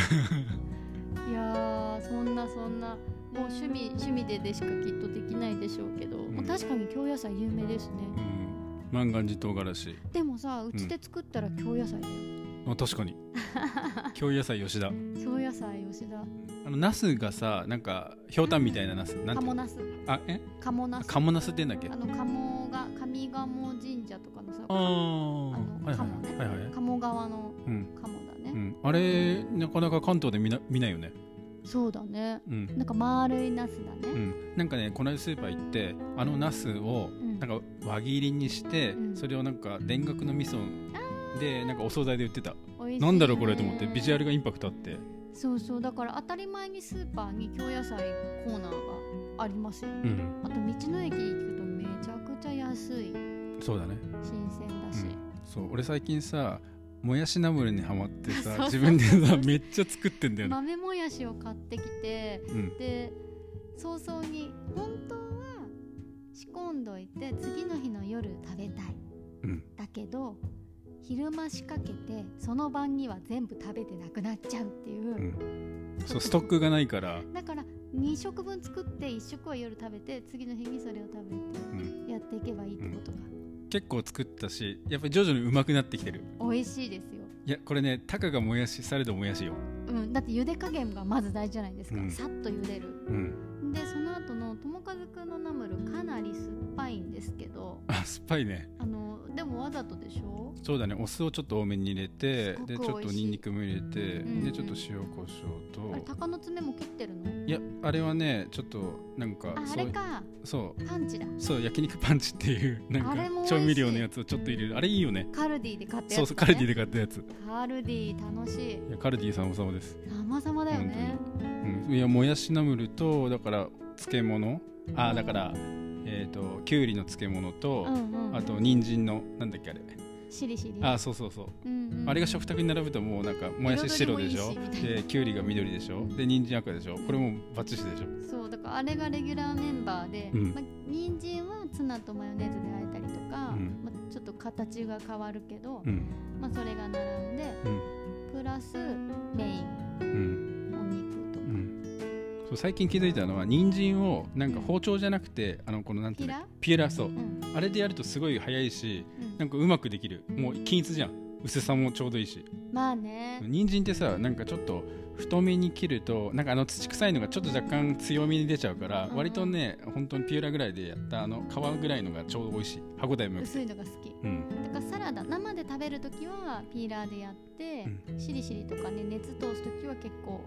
Speaker 1: いやーそんなそんなもう趣味趣味ででしかきっとできないでしょうけど、
Speaker 2: ん
Speaker 1: まあ確かに京野菜有名ですね
Speaker 2: うん万願寺唐辛子
Speaker 1: でもさうちで作ったら京野菜だよ、
Speaker 2: あ 確かに京野菜吉田
Speaker 1: 京野菜吉田
Speaker 2: あのナスがさなんかひょうたんみたいなナスなん
Speaker 1: カ
Speaker 2: て
Speaker 1: モナス
Speaker 2: あえ
Speaker 1: カモナス
Speaker 2: カモナスって言うんだっけ
Speaker 1: あのカモが上賀茂神社とかのさ
Speaker 2: ああは
Speaker 1: あの
Speaker 2: い
Speaker 1: カモね
Speaker 2: はいはいはい
Speaker 1: 鴨川の
Speaker 2: うん
Speaker 1: カモだ
Speaker 2: う
Speaker 1: ね、
Speaker 2: んあれなかなか関東で見な見ないよね
Speaker 1: そうだね
Speaker 2: うん
Speaker 1: なんか丸いナスだ
Speaker 2: う
Speaker 1: ね、
Speaker 2: んなんかねこの間スーパー行ってあのナスを
Speaker 1: ん
Speaker 2: なんか輪切りにして
Speaker 1: うん
Speaker 2: それをなんか田楽の味噌でなんかお惣菜で売ってた
Speaker 1: 美味しいね
Speaker 2: なんだろうこれと思ってビジュアルがインパクトあって
Speaker 1: そうそうだから当たり前にスーパーに京野菜コーナーがありますよ
Speaker 2: うん
Speaker 1: あと道の駅行くとめちゃくちゃ安い
Speaker 2: そうだね
Speaker 1: 新鮮だし、
Speaker 2: そう俺最近さもやしナムルにハマって
Speaker 1: そう
Speaker 2: さ
Speaker 1: そう
Speaker 2: 自分でさめっちゃ作ってんだよね、
Speaker 1: 豆もやしを買ってきて
Speaker 2: うん
Speaker 1: で早々に本当は仕込んどいて次の日の夜食べたい
Speaker 2: うん
Speaker 1: だけど昼間仕掛けてその晩には全部食べてなくなっちゃうっていう、
Speaker 2: うんそうストックがないから、
Speaker 1: だから2食分作って1食は夜食べて次の日にそれを食べ
Speaker 2: うん、
Speaker 1: てやっていけばいいってことか、
Speaker 2: 結構作ったしやっぱり徐々にうまくなってきてる
Speaker 1: 美味しいですよ、
Speaker 2: いやこれねたかがもやしされどもやしよ、
Speaker 1: うん、だって茹で加減がまず大事じゃないですか、
Speaker 2: うん
Speaker 1: さっと茹でる
Speaker 2: うん、
Speaker 1: でその後の友和くんのナムルかなり酸っぱいんですけど
Speaker 2: あ酸っぱいね
Speaker 1: あのでもわざとでしょ
Speaker 2: そうだねお酢をちょっと多めに入れて
Speaker 1: すごく
Speaker 2: でちょっ
Speaker 1: 美味
Speaker 2: と
Speaker 1: しい
Speaker 2: にんにくも入れて、
Speaker 1: うん
Speaker 2: でちょっと塩コシ
Speaker 1: あ
Speaker 2: ョ
Speaker 1: れ
Speaker 2: ウと
Speaker 1: 鷹の爪も切ってるの
Speaker 2: いやあれはねちょっとなんか
Speaker 1: ああ
Speaker 2: そ
Speaker 1: れ
Speaker 2: う
Speaker 1: か
Speaker 2: そう
Speaker 1: パンチだ
Speaker 2: そう焼肉パンチって いうなん
Speaker 1: あれも美味
Speaker 2: か
Speaker 1: しい
Speaker 2: 調味料のやつをちょっと入れるあれいいよね
Speaker 1: カルディで買ったやつ、ね、
Speaker 2: そうそうカルディで買ったやつい
Speaker 1: カルディ楽しい
Speaker 2: やカルディ様様です、
Speaker 1: 様々だよね
Speaker 2: うん、いやもやしナムルとだから漬物あだからえっ、ときゅうりの漬物と、
Speaker 1: うんうん
Speaker 2: あと人参のなんだっけあれ
Speaker 1: しりしり
Speaker 2: あそうそうそう、
Speaker 1: うんうん
Speaker 2: あれが食卓に並ぶともうなんかもやし白でし
Speaker 1: 彩
Speaker 2: ょ
Speaker 1: りもいいしみたいな
Speaker 2: できゅうりが緑でしょで人参赤でしょこれもバッチシでしょ
Speaker 1: そうだからあれがレギュラーメンバーで、
Speaker 2: うん
Speaker 1: まあ、人参はツナとマヨネーズで和えたりとか、
Speaker 2: うん
Speaker 1: まあ、ちょっと形が変わるけど、
Speaker 2: うん
Speaker 1: まあ、それが並んで
Speaker 2: うん
Speaker 1: プラスメイン
Speaker 2: うん
Speaker 1: お肉と
Speaker 2: う
Speaker 1: か、
Speaker 2: んそう最近気づいたのは人参をなんか包丁じゃなくてあのこのなんていうの
Speaker 1: ピラ
Speaker 2: ピエラそう
Speaker 1: うん
Speaker 2: あれでやるとすごい早いし
Speaker 1: うん
Speaker 2: なんかうまくできるもう均一じゃん薄さもちょうどいいし
Speaker 1: まあね
Speaker 2: 人参ってさなんかちょっと太めに切るとなんかあの土臭いのがちょっと若干強めに出ちゃうから、
Speaker 1: うん
Speaker 2: 割とね本当にピューラぐらいでやったあの皮ぐらいのがちょうど美味しい歯応えもよく
Speaker 1: 薄
Speaker 2: て
Speaker 1: いのが好き
Speaker 2: うん
Speaker 1: だからサラダ生で食べるときはピーラーでやって、しりしりとかね熱通すときは結構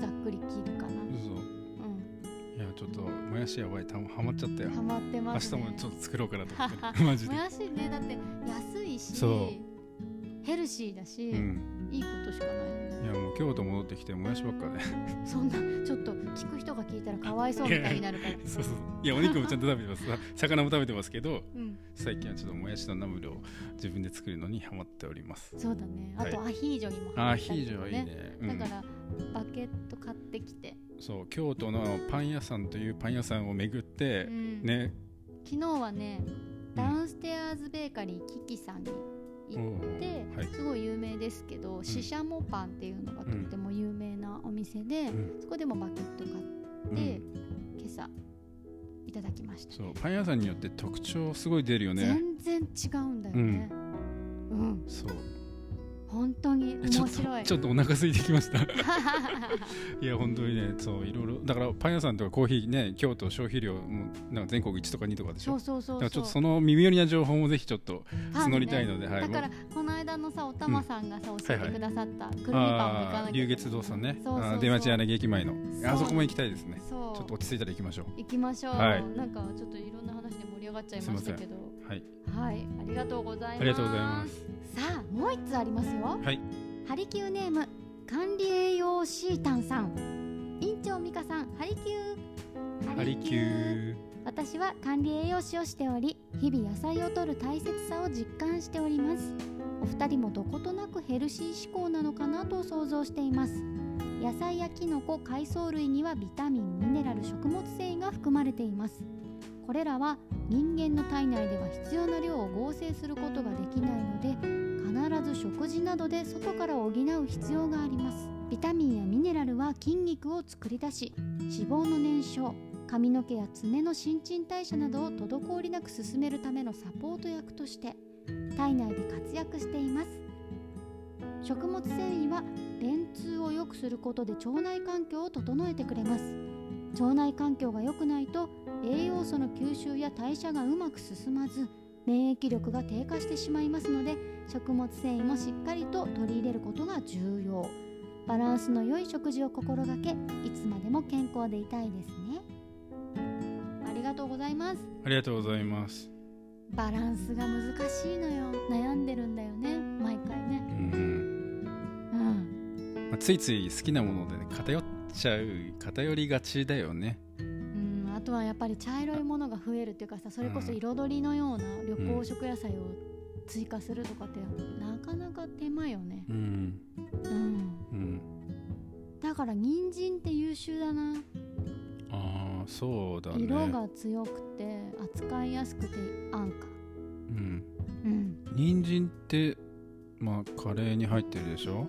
Speaker 1: ざっくり切るかな、
Speaker 2: そう
Speaker 1: う
Speaker 2: いやちょっともやしやばいたハマっちゃったよ、
Speaker 1: ん、ハマって
Speaker 2: 明
Speaker 1: ます、
Speaker 2: 日
Speaker 1: ね、
Speaker 2: もちょっと作ろうかなと思って
Speaker 1: は
Speaker 2: マジで
Speaker 1: も、やしねだって安いし
Speaker 2: そ
Speaker 1: ヘルシーだし、
Speaker 2: うん、
Speaker 1: いいことしかないよ
Speaker 2: い
Speaker 1: ね
Speaker 2: やもう今京都戻ってきてもやしばっ かね
Speaker 1: そんなちょっと聞く人が聞いたらかわいそうみたいになるから
Speaker 2: そうそういやお肉もちゃんと食べてます魚も食べてますけど
Speaker 1: うん
Speaker 2: 最近はちょっともやしのナムルを自分で作るのにハマっております
Speaker 1: そうだねあ
Speaker 2: はい
Speaker 1: とアヒージョにも
Speaker 2: あー
Speaker 1: 入
Speaker 2: ア
Speaker 1: っ
Speaker 2: ヒ
Speaker 1: たり
Speaker 2: ージ
Speaker 1: と
Speaker 2: ョ
Speaker 1: か
Speaker 2: はいいねうん
Speaker 1: だからバケット買ってきて、
Speaker 2: そう京都のパン屋さんというパン屋さんを巡っ
Speaker 1: う
Speaker 2: て、
Speaker 1: ん
Speaker 2: ね
Speaker 1: 昨日はねダウンステアーズベーカリーキキさんに行って、
Speaker 2: おーはい
Speaker 1: すごい有名ですけど、シシャモパンっていうのがとっても有名なお店で、
Speaker 2: ん
Speaker 1: そこでもバケット買って
Speaker 2: うん
Speaker 1: 今朝いただきました、
Speaker 2: そうパン屋さんによって特徴すごい出るよね
Speaker 1: 全然違うんだよねうん、
Speaker 2: そう
Speaker 1: 本当に
Speaker 2: えちょ
Speaker 1: 面
Speaker 2: っと
Speaker 1: 白い
Speaker 2: ちょっとお腹空いてき ました
Speaker 1: う
Speaker 2: いや本当にねそういろいろだからパン屋さんとかコーヒーね京都消費量もなんか全国1とか2とかでしょ
Speaker 1: そうそうそう
Speaker 2: だか
Speaker 1: そう
Speaker 2: らちょっとその耳寄りな情報もぜひちょっと
Speaker 1: パンね
Speaker 2: 募りたいのではい
Speaker 1: だからこの間のさおたまさんがさ、教え
Speaker 2: は
Speaker 1: て
Speaker 2: いはい
Speaker 1: くださったくるみパンも行か
Speaker 2: あ
Speaker 1: なきゃ
Speaker 2: ー龍月堂さんね
Speaker 1: そうそうそう
Speaker 2: あー出町柳駅前の
Speaker 1: そ
Speaker 2: あ
Speaker 1: う
Speaker 2: そこも行きたいですね
Speaker 1: そう
Speaker 2: ちょっと落ち着いたら行きましょ
Speaker 1: 行きましょう、
Speaker 2: はい
Speaker 1: なんかちょっといろんな話で盛り上がっちゃいましたけど
Speaker 2: うはい
Speaker 1: はいありがとうございます
Speaker 2: ありがとうございます
Speaker 1: さあもう一つありますよ
Speaker 2: はい
Speaker 1: ハリキューネーム管理栄養シータンさん院長美香さんハリキュー
Speaker 2: ハリキュー
Speaker 1: 私は管理栄養士をしており日々野菜を取る大切さを実感しておりますお二人もどことなくヘルシー志向なのかなと想像しています野菜やキノコ海藻類にはビタミンミネラル食物繊維が含まれていますこれらは人間の体内では必要な量を合成することができないので必ず食事などで外から補う必要がありますビタミンやミネラルは筋肉を作り出し脂肪の燃焼髪の毛や爪の新陳代謝などを滞りなく進めるためのサポート役として体内で活躍しています食物繊維は便通を良くすることで腸内環境を整えてくれます腸内環境が良くないと栄養素の吸収や代謝がうまく進まず免疫力が低下してしまいますので食物繊維もしっかりと取り入れることが重要バランスの良い食事を心がけいつまでも健康でいたいですねありがとうございます
Speaker 2: ありがとうございます
Speaker 1: バランスが難しいのよ悩んでるんだよね毎回ね
Speaker 2: うん、
Speaker 1: うん
Speaker 2: まあ、ついつい好きなもので、ね、偏っちゃう偏りがちだよね
Speaker 1: うんあとはやっぱり茶色いものが増えるっていうかさそれこそ彩りのような緑黄色野菜を追加するとかってなかなか手間よね
Speaker 2: うん
Speaker 1: うん
Speaker 2: うん
Speaker 1: だから人参って優秀だな
Speaker 2: ああそうだね
Speaker 1: 色が強くて扱いやすくて安価
Speaker 2: うん
Speaker 1: うん
Speaker 2: 人参ってまあカレーに入ってるでしょ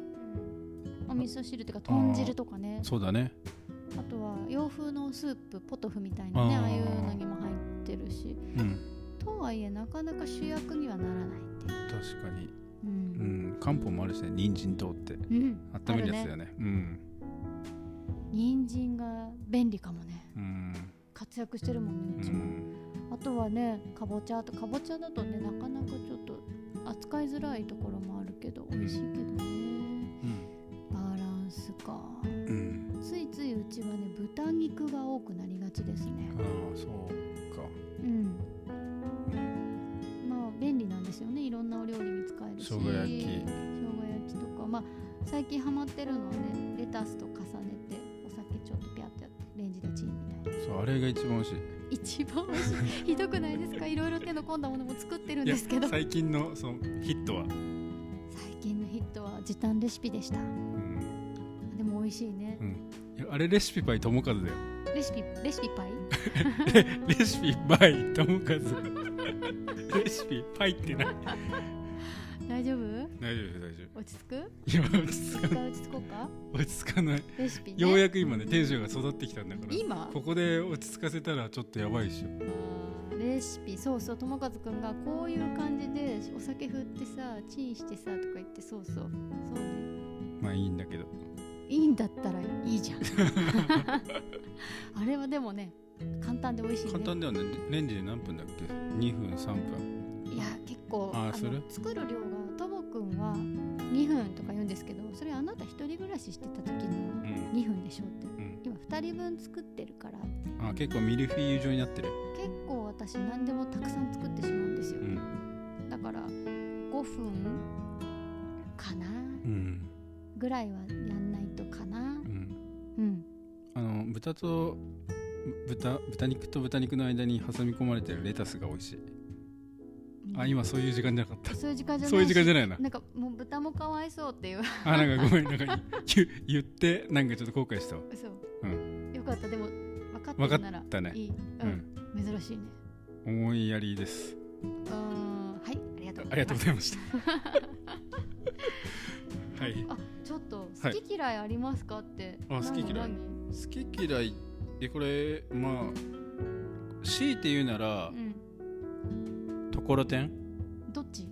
Speaker 1: お味噌汁とか豚汁とかね
Speaker 2: そうだね
Speaker 1: あとは洋風のスープポトフみたいなね
Speaker 2: あー
Speaker 1: ああいうのにも入ってるし
Speaker 2: うん
Speaker 1: とはいえなかなか主役にはならないっていう
Speaker 2: 確かに
Speaker 1: う、
Speaker 2: うんん漢方もあるしね人参糖って
Speaker 1: うん、
Speaker 2: 温めるやつだ
Speaker 1: あ
Speaker 2: よねうん
Speaker 1: 人参が便利かもね
Speaker 2: うん
Speaker 1: 活躍してるもんねう
Speaker 2: う
Speaker 1: ちも、
Speaker 2: ん
Speaker 1: あとはねかぼちゃとかぼちゃだとねなかなかちょっと扱いづらいところもあるけど美味しいけどねバランスか
Speaker 2: うん、うん、
Speaker 1: ついついうちはね豚肉が多くなりがちですね
Speaker 2: ああそうか
Speaker 1: うん
Speaker 2: うん
Speaker 1: まあ便利なんですよねいろんなお料理に使えるし
Speaker 2: 生姜焼
Speaker 1: 生
Speaker 2: き
Speaker 1: 姜焼きとかまあ最近ハマってるのはねレタスと重ねてお酒ちょっとピャってやってレンジでチンみたいな
Speaker 2: そうあれが一番美味しい
Speaker 1: 一番美味しいひどくないですかいろいろ手の込んだものも作ってるんですけど最
Speaker 2: 最近のそのヒットは、
Speaker 1: 近のヒットは時短レシピでした
Speaker 2: うん、
Speaker 1: でも美味しいね
Speaker 2: いやあれレシピバイ友和だ よ
Speaker 1: レシピレシピパイ
Speaker 2: レシピバイ友和 レシピパイってない
Speaker 1: 大丈夫
Speaker 2: 大丈夫大丈
Speaker 1: 落ち着く
Speaker 2: 夫いや落ち着
Speaker 1: 一
Speaker 2: かない
Speaker 1: 回落ち着こうか
Speaker 2: 落ち着かない
Speaker 1: レシピね
Speaker 2: ようやく今ねテンションが育ってきたんだから
Speaker 1: 今
Speaker 2: ここで落ち着かせたらちょっとやばいっしょ
Speaker 1: あーレシピそうそう友和くんがこういう感じでお酒振ってさチンしてさとか言ってそうそうそうね
Speaker 2: まあいいんだけど
Speaker 1: いいんだったらいいじゃんあれはでもね簡単で美味しいね
Speaker 2: 簡単だよねレンジで何分だっけ2分3分
Speaker 1: いや結構
Speaker 2: あー
Speaker 1: あ
Speaker 2: する
Speaker 1: の作る量がともくんは2分とか言うんですけどそれあなた一人暮らししてた時の
Speaker 2: うん
Speaker 1: 2分でしょって
Speaker 2: うん
Speaker 1: 今2人分作ってるから
Speaker 2: あ結構ミルフィーユ状になってる
Speaker 1: 結構私何でもたくさん作ってしまうんですよ
Speaker 2: うん
Speaker 1: だから5分かな
Speaker 2: うん
Speaker 1: ぐらいはやんないかな
Speaker 2: うん、
Speaker 1: うん
Speaker 2: あの豚と豚豚肉と豚肉の間に挟み込まれてるレタスが美味しいあ今そういう時間じゃなかっ
Speaker 1: そういう時間じゃな
Speaker 2: た
Speaker 1: い
Speaker 2: そういう時間じ
Speaker 1: ゃ
Speaker 2: ゃないな
Speaker 1: なんかもう豚もかわいそうっていう
Speaker 2: あなんかごめんなんか言言ってなんかちょっと後悔したわ
Speaker 1: そう、
Speaker 2: う
Speaker 1: よかったでも分かって
Speaker 2: 分か
Speaker 1: る
Speaker 2: っ
Speaker 1: なら
Speaker 2: たね
Speaker 1: いい、うん珍しいね
Speaker 2: 思いやりです
Speaker 1: うーんはいありがとう
Speaker 2: ありがとうご
Speaker 1: い
Speaker 2: ざいました はい
Speaker 1: ますちょっと
Speaker 2: は
Speaker 1: 好
Speaker 2: い
Speaker 1: き嫌いありますかって、
Speaker 2: あ好き嫌い
Speaker 1: 何
Speaker 2: 好き嫌いえこれまあ強いて言うなら
Speaker 1: 何うん
Speaker 2: ところてん
Speaker 1: どっち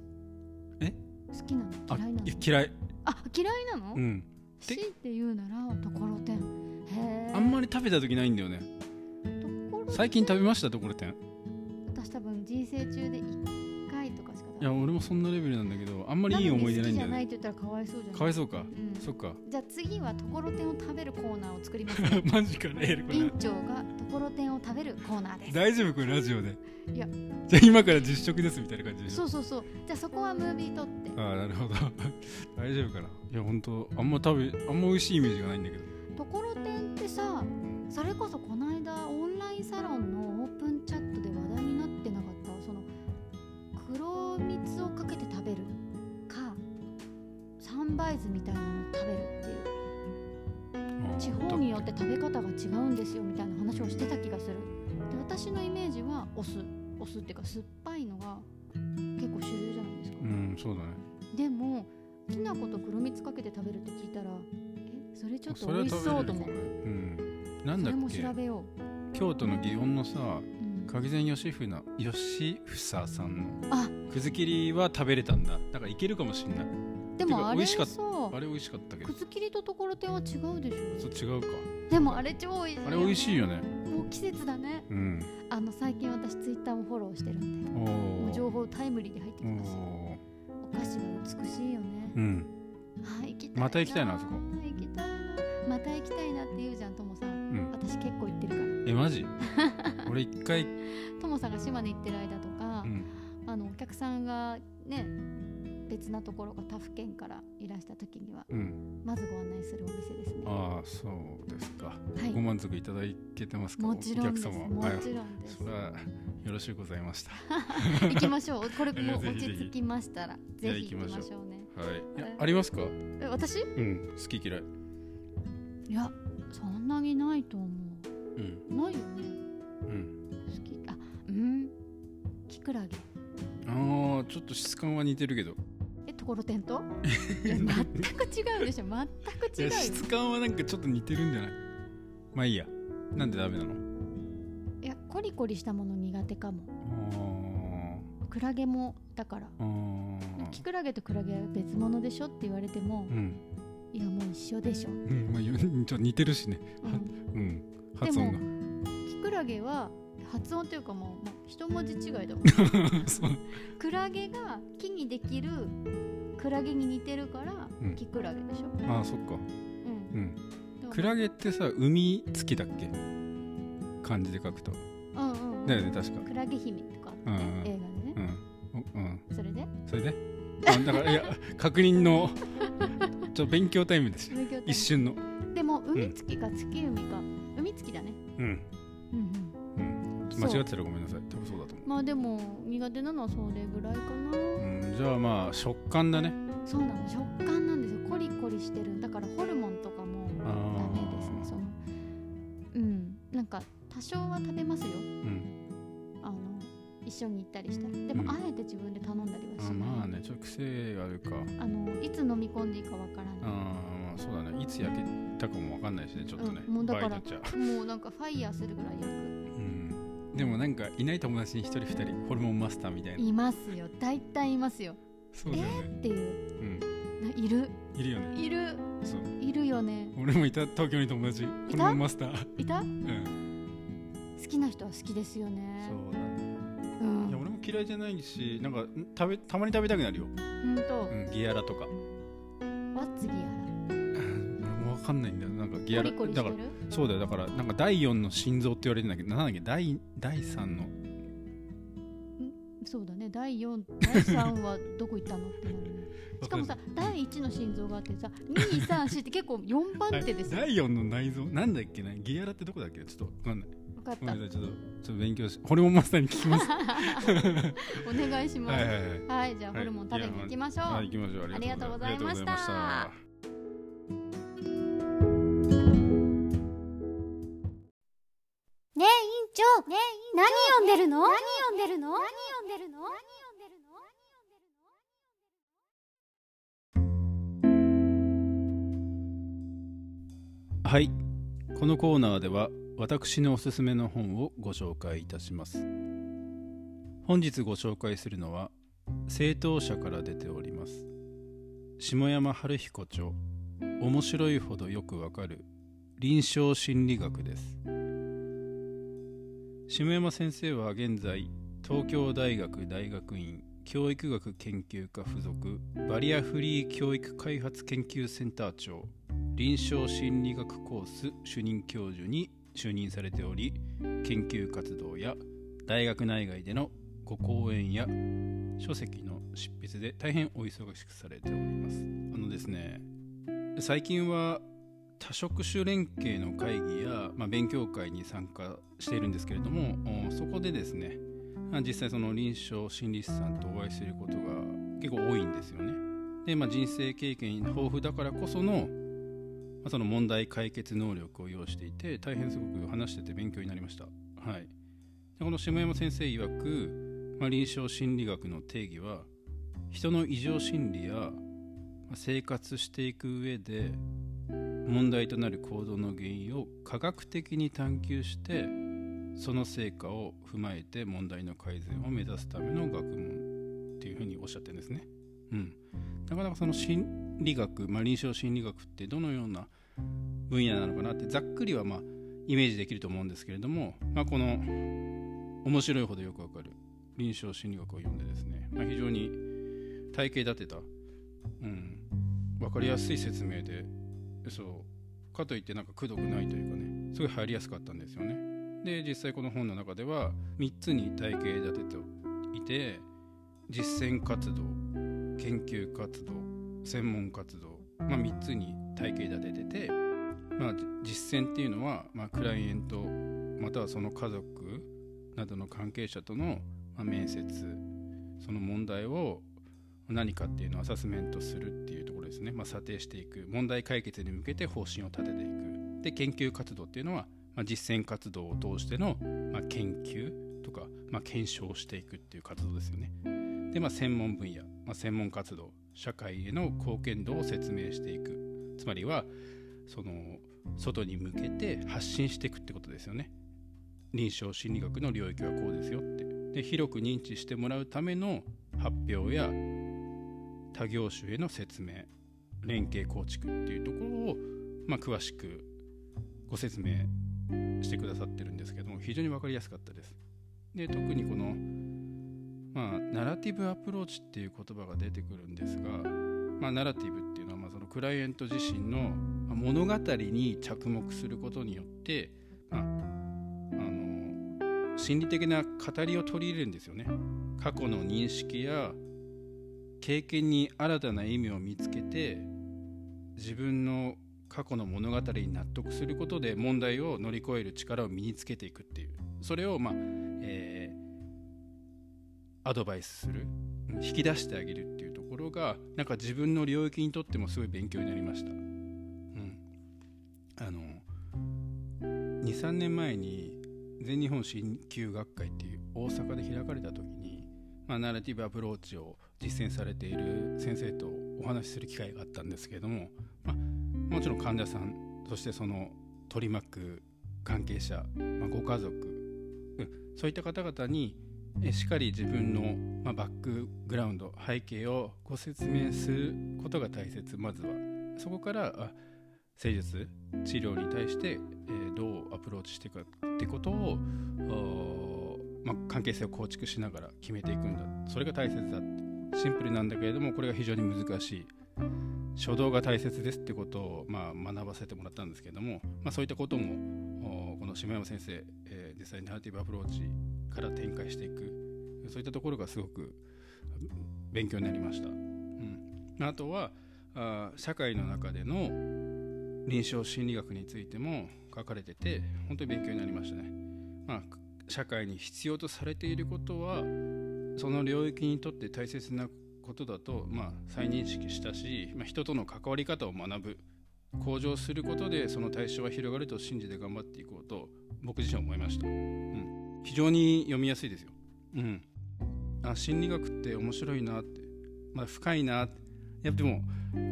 Speaker 2: え
Speaker 1: 好きなの
Speaker 2: あ
Speaker 1: 嫌いなの
Speaker 2: い嫌い
Speaker 1: あ嫌いなの、
Speaker 2: うんて
Speaker 1: 強いて言うならところてんへえ
Speaker 2: あんまり食べた時ないんだよね
Speaker 1: ところ
Speaker 2: 最近食べましたところてんい
Speaker 1: 私多分人生中で1回とかしか食べ
Speaker 2: や
Speaker 1: な
Speaker 2: 俺もそんなレベルなんだけどあんま
Speaker 1: のに
Speaker 2: りいい思い出ないんだ
Speaker 1: 好きじゃ
Speaker 2: よ
Speaker 1: ない
Speaker 2: ね
Speaker 1: って言ったらかわいそうじゃない
Speaker 2: かわいそうか
Speaker 1: うん
Speaker 2: そっか
Speaker 1: じゃあ次はところてんを食べるコーナーを作りますね
Speaker 2: マジかねこ
Speaker 1: 院
Speaker 2: れ
Speaker 1: 長がところてんを食べるコーナーです
Speaker 2: 大丈夫これラジオで
Speaker 1: いや
Speaker 2: じゃあ今から実食ですみたいな感じでし
Speaker 1: そ
Speaker 2: ょ
Speaker 1: うそうそうじゃあそこはムービー撮って
Speaker 2: ああなるほど 大丈夫かないや本当あんま食べあんま美味しいイメージがないんだけど
Speaker 1: ところてんってさそれこそこの間オンラインサロンのオープンチャットで話題になってなかったその黒蜜をかけて食べるかサンバイズみたいなのを食べるっていう地方によって食べ方が違うんですよみたいな話をしてた気がするで私のイメージはお酢お酢っていうか酸っぱいのが結構主流じゃないですか、
Speaker 2: うんそうだね
Speaker 1: でもきな粉と黒蜜かけて食べるって聞いたらえそれちょっと
Speaker 2: それ
Speaker 1: 美
Speaker 2: は
Speaker 1: 味しそうと
Speaker 2: 食
Speaker 1: 思
Speaker 2: べ
Speaker 1: う
Speaker 2: れるかもねうんな
Speaker 1: そ
Speaker 2: んだ
Speaker 1: れ
Speaker 2: っ
Speaker 1: も
Speaker 2: け
Speaker 1: 調べよう、
Speaker 2: 京都の祇園のさ
Speaker 1: うん
Speaker 2: 鍵善義ふな義房さんの
Speaker 1: あ
Speaker 2: くず切りは食べれたんだだからいけるかもしんない
Speaker 1: で
Speaker 2: て
Speaker 1: も
Speaker 2: か
Speaker 1: あ
Speaker 2: 美
Speaker 1: れ
Speaker 2: 味し
Speaker 1: さ
Speaker 2: かっあれ美味しかったけど
Speaker 1: くず切りとところてんは違うでしょ
Speaker 2: そう違うか
Speaker 1: でもあれ超美味しい
Speaker 2: あれ美味しいよね
Speaker 1: もう季節だね
Speaker 2: うん
Speaker 1: あの最近私ツイッターもフォローしてるんで
Speaker 2: お
Speaker 1: もう情
Speaker 2: ー
Speaker 1: 報タイムリーで入って
Speaker 2: お
Speaker 1: きますよ
Speaker 2: ー
Speaker 1: お菓子が美しいよね
Speaker 2: うん
Speaker 1: はい、行きたい
Speaker 2: また行きたいなあそこ
Speaker 1: 行きたいなまた行きたいなって言うじゃんともさん
Speaker 2: うん
Speaker 1: 私結構行ってるから
Speaker 2: えマジ 俺一回
Speaker 1: ともさんが島根行ってる間とか
Speaker 2: う、ん
Speaker 1: あのお客さんがね別なところが他府県からいらした時には
Speaker 2: うん
Speaker 1: まずご案内するお店ですねは
Speaker 2: ああそうですかご
Speaker 1: い
Speaker 2: 満足いただけてますか
Speaker 1: もちろんです
Speaker 2: お
Speaker 1: も
Speaker 2: 客様はい
Speaker 1: ちろんです
Speaker 2: それはよろしゅうございました
Speaker 1: 行きましょうこれ
Speaker 2: いや
Speaker 1: もう
Speaker 2: ぜ
Speaker 1: 落
Speaker 2: ひぜひ
Speaker 1: ち着きましたら
Speaker 2: じゃ
Speaker 1: ぜ
Speaker 2: あ
Speaker 1: ひ行きま
Speaker 2: 行きま
Speaker 1: し
Speaker 2: し
Speaker 1: ょうね
Speaker 2: はいいや
Speaker 1: はい
Speaker 2: ありますか
Speaker 1: え私
Speaker 2: うん好き嫌い
Speaker 1: いやそんなにないと思
Speaker 2: うん
Speaker 1: うないよね
Speaker 2: うん
Speaker 1: 好きあうんキクラゲ
Speaker 2: ああちょっと質感は似てるけど
Speaker 1: えところてんとい や全く違うでしょ
Speaker 2: い
Speaker 1: 全
Speaker 2: や
Speaker 1: く違うよ
Speaker 2: 質感はなんかちょっと似てるんじゃないまあいいやなんでダメなの
Speaker 1: いやコリコリしたもの苦手かもクラゲもだから
Speaker 2: あーあ
Speaker 1: キクラゲとクラゲは別物でしょって言われても
Speaker 2: ーうん、
Speaker 1: いやもう一緒でしょ、
Speaker 2: うんまあよ、ちょっと似てるしね
Speaker 1: う
Speaker 2: は
Speaker 1: ん、
Speaker 2: うん発音が
Speaker 1: キクラゲは発音というかもうもう一文字違いだもん
Speaker 2: そう
Speaker 1: クラゲが木にできるクラゲに似てるから、
Speaker 2: うん
Speaker 1: キクラゲでしょ、
Speaker 2: ああそっか
Speaker 1: うん
Speaker 2: うん
Speaker 1: でも
Speaker 2: クラゲってさ海月だっけ漢字で書くと
Speaker 1: うんうんうん
Speaker 2: だよね確か
Speaker 1: クラゲ姫とかあって、
Speaker 2: うん
Speaker 1: 映
Speaker 2: うん
Speaker 1: 画でね
Speaker 2: う、んおうん
Speaker 1: それで
Speaker 2: それであだからいや確認 のちょっと勉強タイムです
Speaker 1: 勉強タイム
Speaker 2: 一瞬の
Speaker 1: でも海月か月海か、海月だね
Speaker 2: うん
Speaker 1: うんうん
Speaker 2: うん
Speaker 1: そう
Speaker 2: 間違ってたらごめんなさい多分そうだと思う
Speaker 1: まあでも苦手なのはそれぐらいかな、
Speaker 2: うん、じゃあまあ食感だね
Speaker 1: そうなの食感なんですよコリコリしてるだからホルモンとかも
Speaker 2: あー
Speaker 1: ダメですねそのうんなんか多少は食べますよ
Speaker 2: うん
Speaker 1: あの一緒に行ったりしたらでも、
Speaker 2: うん
Speaker 1: あえて自分で頼んだりはし
Speaker 2: あ
Speaker 1: ない
Speaker 2: まあねちょっと癖があるか
Speaker 1: あのいつ飲み込んでいいかわから
Speaker 2: あー
Speaker 1: な
Speaker 2: まあそうだねいつ焼けたかもわかんないしねちょっとね、
Speaker 1: うんもうだから
Speaker 2: 場合によっちゃ
Speaker 1: いもうなんかファイヤーするぐらい焼く
Speaker 2: うんでもなんかいない友達に一人二人ホルモンマスターみたいない
Speaker 1: ますよ大体いますよ
Speaker 2: そうだよね
Speaker 1: っていう
Speaker 2: うん
Speaker 1: ないる
Speaker 2: いるよね
Speaker 1: いる
Speaker 2: そう
Speaker 1: いるよね
Speaker 2: 俺もいた東京に友達ホルモンマスター
Speaker 1: いた
Speaker 2: うん
Speaker 1: 好きな人は好きですよね
Speaker 2: そうだね
Speaker 1: う
Speaker 2: いや
Speaker 1: ん
Speaker 2: 俺も嫌いじゃないしなんかん食べたまに食べたくなるよ、
Speaker 1: ほんと
Speaker 2: うん、ギアラとか
Speaker 1: わっつぎやら
Speaker 2: うん俺もわかんないんだよなんかギア
Speaker 1: コ
Speaker 2: ラ
Speaker 1: リコリし
Speaker 2: だ
Speaker 1: て
Speaker 2: か
Speaker 1: る
Speaker 2: らそうだよだからなんか第4の心臓って言われるんだけどなんだっけ第第3の
Speaker 1: そうだね第4第3はどこ行ったのってなるねしかもさ第1の心臓があってさ234って結構4番手ですよ
Speaker 2: 第4の内臓なんだっけなギアラってどこだっけちょっとわかんない
Speaker 1: 分かっ
Speaker 2: ごめ
Speaker 1: た
Speaker 2: んなさいちょっとちょっと勉強しホルモンマスターに聞き ます
Speaker 1: お願いします
Speaker 2: は
Speaker 1: はいい、
Speaker 2: はいはい
Speaker 1: じゃあホルモン食べに行きましょう、
Speaker 2: はい行きましょうありがとうござ
Speaker 1: ありが
Speaker 2: いました
Speaker 1: とうございました
Speaker 3: ねえ、委員長。ねえ、何読んでるの何読んでるの何読んでるの何読んでるの
Speaker 2: はいこのコーナーでは私のおすすめの本をご紹介いたします本日ご紹介するのは政党社から出ております下山春彦著面白いほどよくわかる臨床心理学です下山先生は現在東京大学大学院教育学研究科附属バリアフリー教育開発研究センター長臨床心理学コース主任教授に就任されており研究活動や大学内外でのご講演や書籍の執筆で大変お忙しくされておりますあのですね最近は多職種連携の会議や、まあ、勉強会に参加しているんですけれどもおそこでですねまあ実際その臨床心理士さんとお会いすることが結構多いんですよねで、まあ、人生経験豊富だからこそのまあその問題解決能力を要していて大変すごく話してて勉強になりました、はい、でこの下山先生曰く、まあ、臨床心理学の定義は人の異常心理やまあ生活していく上で問題となる行動の原因を科学的に探求してその成果を踏まえて問題の改善を目指すための学問っていうふうにおっしゃってるんですね。うん、なかなかその心理学、まあ、臨床心理学ってどのような分野なのかなってざっくりはまあイメージできると思うんですけれども、まあ、この面白いほどよくわかる臨床心理学を読んでですね、まあ、非常に体系立てた、うん、分かりやすい説明でそうかといってなんかくどくないというかねすごい入りやすかったんですよね。で実際この本の中では3つに体系立てていて実践活動研究活動専門活動、まあ、3つに体系立ててて、まあ、じ実践っていうのは、まあ、クライエントまたはその家族などの関係者との、まあ、面接その問題を何かっていうのをアサスメントするっていうところですね、まあ、査定していく問題解決に向けて方針を立てていくで研究活動っていうのは、まあ、実践活動を通しての、まあ、研究とか、まあ、検証していくっていう活動ですよね。で、まあ、専門分野、まあ、専門活動社会への貢献度を説明していくつまりはその外に向けて発信していくってことですよね臨床心理学の領域はこうですよってで広く認知してもらうための発表や他業種への説明連携構築っていうところを、まあ、詳しくご説明してくださってるんですけども非常に分かりやすかったです。で特にこのまあ、ナラティブアプローチっていう言葉が出てくるんですが、まあ、ナラティブっていうのはまあそのクライアント自身のまあ物語に着目することによって、まあ、あの心理的な語りを取り入れるんですよね。過去の認識や経験に新たな意味を見つけて自分の過去の物語に納得することで問題を乗り越える力を身につけていくっていうそれをまあ、えーアドバイスするうん引き出してあげるっていうところがなんか自分の領域にとってもすごい勉強になりました。うん、あの23年前に全日本鍼灸学会っていう大阪で開かれた時に、まあ、ナラティブアプローチを実践されている先生とお話しする機会があったんですけれども、まあ、もちろん患者さんそしてその取り巻く関係者、まあ、ご家族、うんそういった方々にえしっかり自分の、まあ、バックグラウンド背景をご説明することが大切まずはそこからあ施術治療に対して、えーどうアプローチしていくかってことを、おーまあ、関係性を構築しながら決めていくんだそれが大切だってシンプルなんだけれどもこれが非常に難しい初動が大切ですってことを、まあ、学ばせてもらったんですけれども、まあ、そういったこともおーこの下山先生、えー実際にナラティブアプローチから展開していくそういったところがすごく勉強になりました。うん、あとはあー社会の中での臨床心理学についても書かれてて本当に勉強になりましたね。まあ、社会に必要とされていることはその領域にとって大切なことだと、まあ、再認識したし、まあ、人との関わり方を学ぶ向上することでその対象は広がると信じて頑張っていこうと僕自身思いました、うん、非常に読みやすいですよ、うん、あ心理学って面白いなって、まあ、深いなっていやでも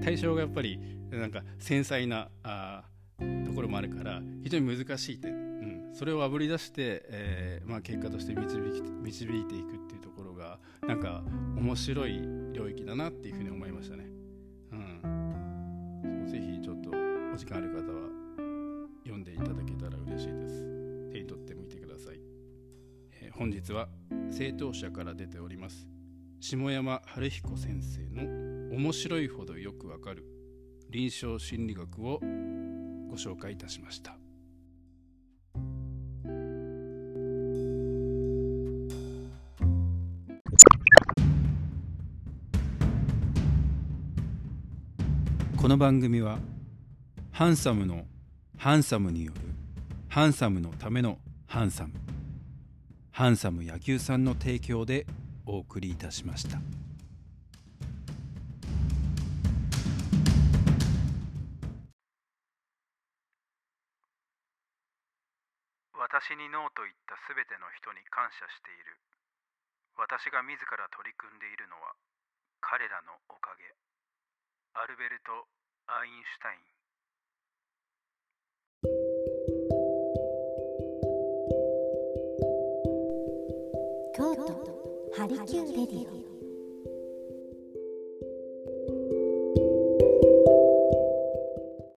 Speaker 2: 対象がやっぱりなんか繊細なあーところもあるから非常に難しい点、うん、それをあぶり出して、えーまあ、結果として導き導いていくっていうところがなんか面白い領域だなっていうふうに思いましたね。うん、ぜひちょっとお時間ある方は読んでいただけたら嬉しいです。手に取ってみてください。えー本日は政党者から出ております下山春彦先生の面白いほどよくわかる臨床心理学をご紹介いたしました。この番組はハンサムのハンサムによるハンサムのためのハンサムハンサム野球さんの提供でお送りいたしました。
Speaker 4: 私にノーと言ったすべての人に感謝している私が自ら取り組んでいるのは彼らのおかげアルベルト・アインシュタイ
Speaker 3: 京
Speaker 4: ン
Speaker 3: 都ハリキューレディオ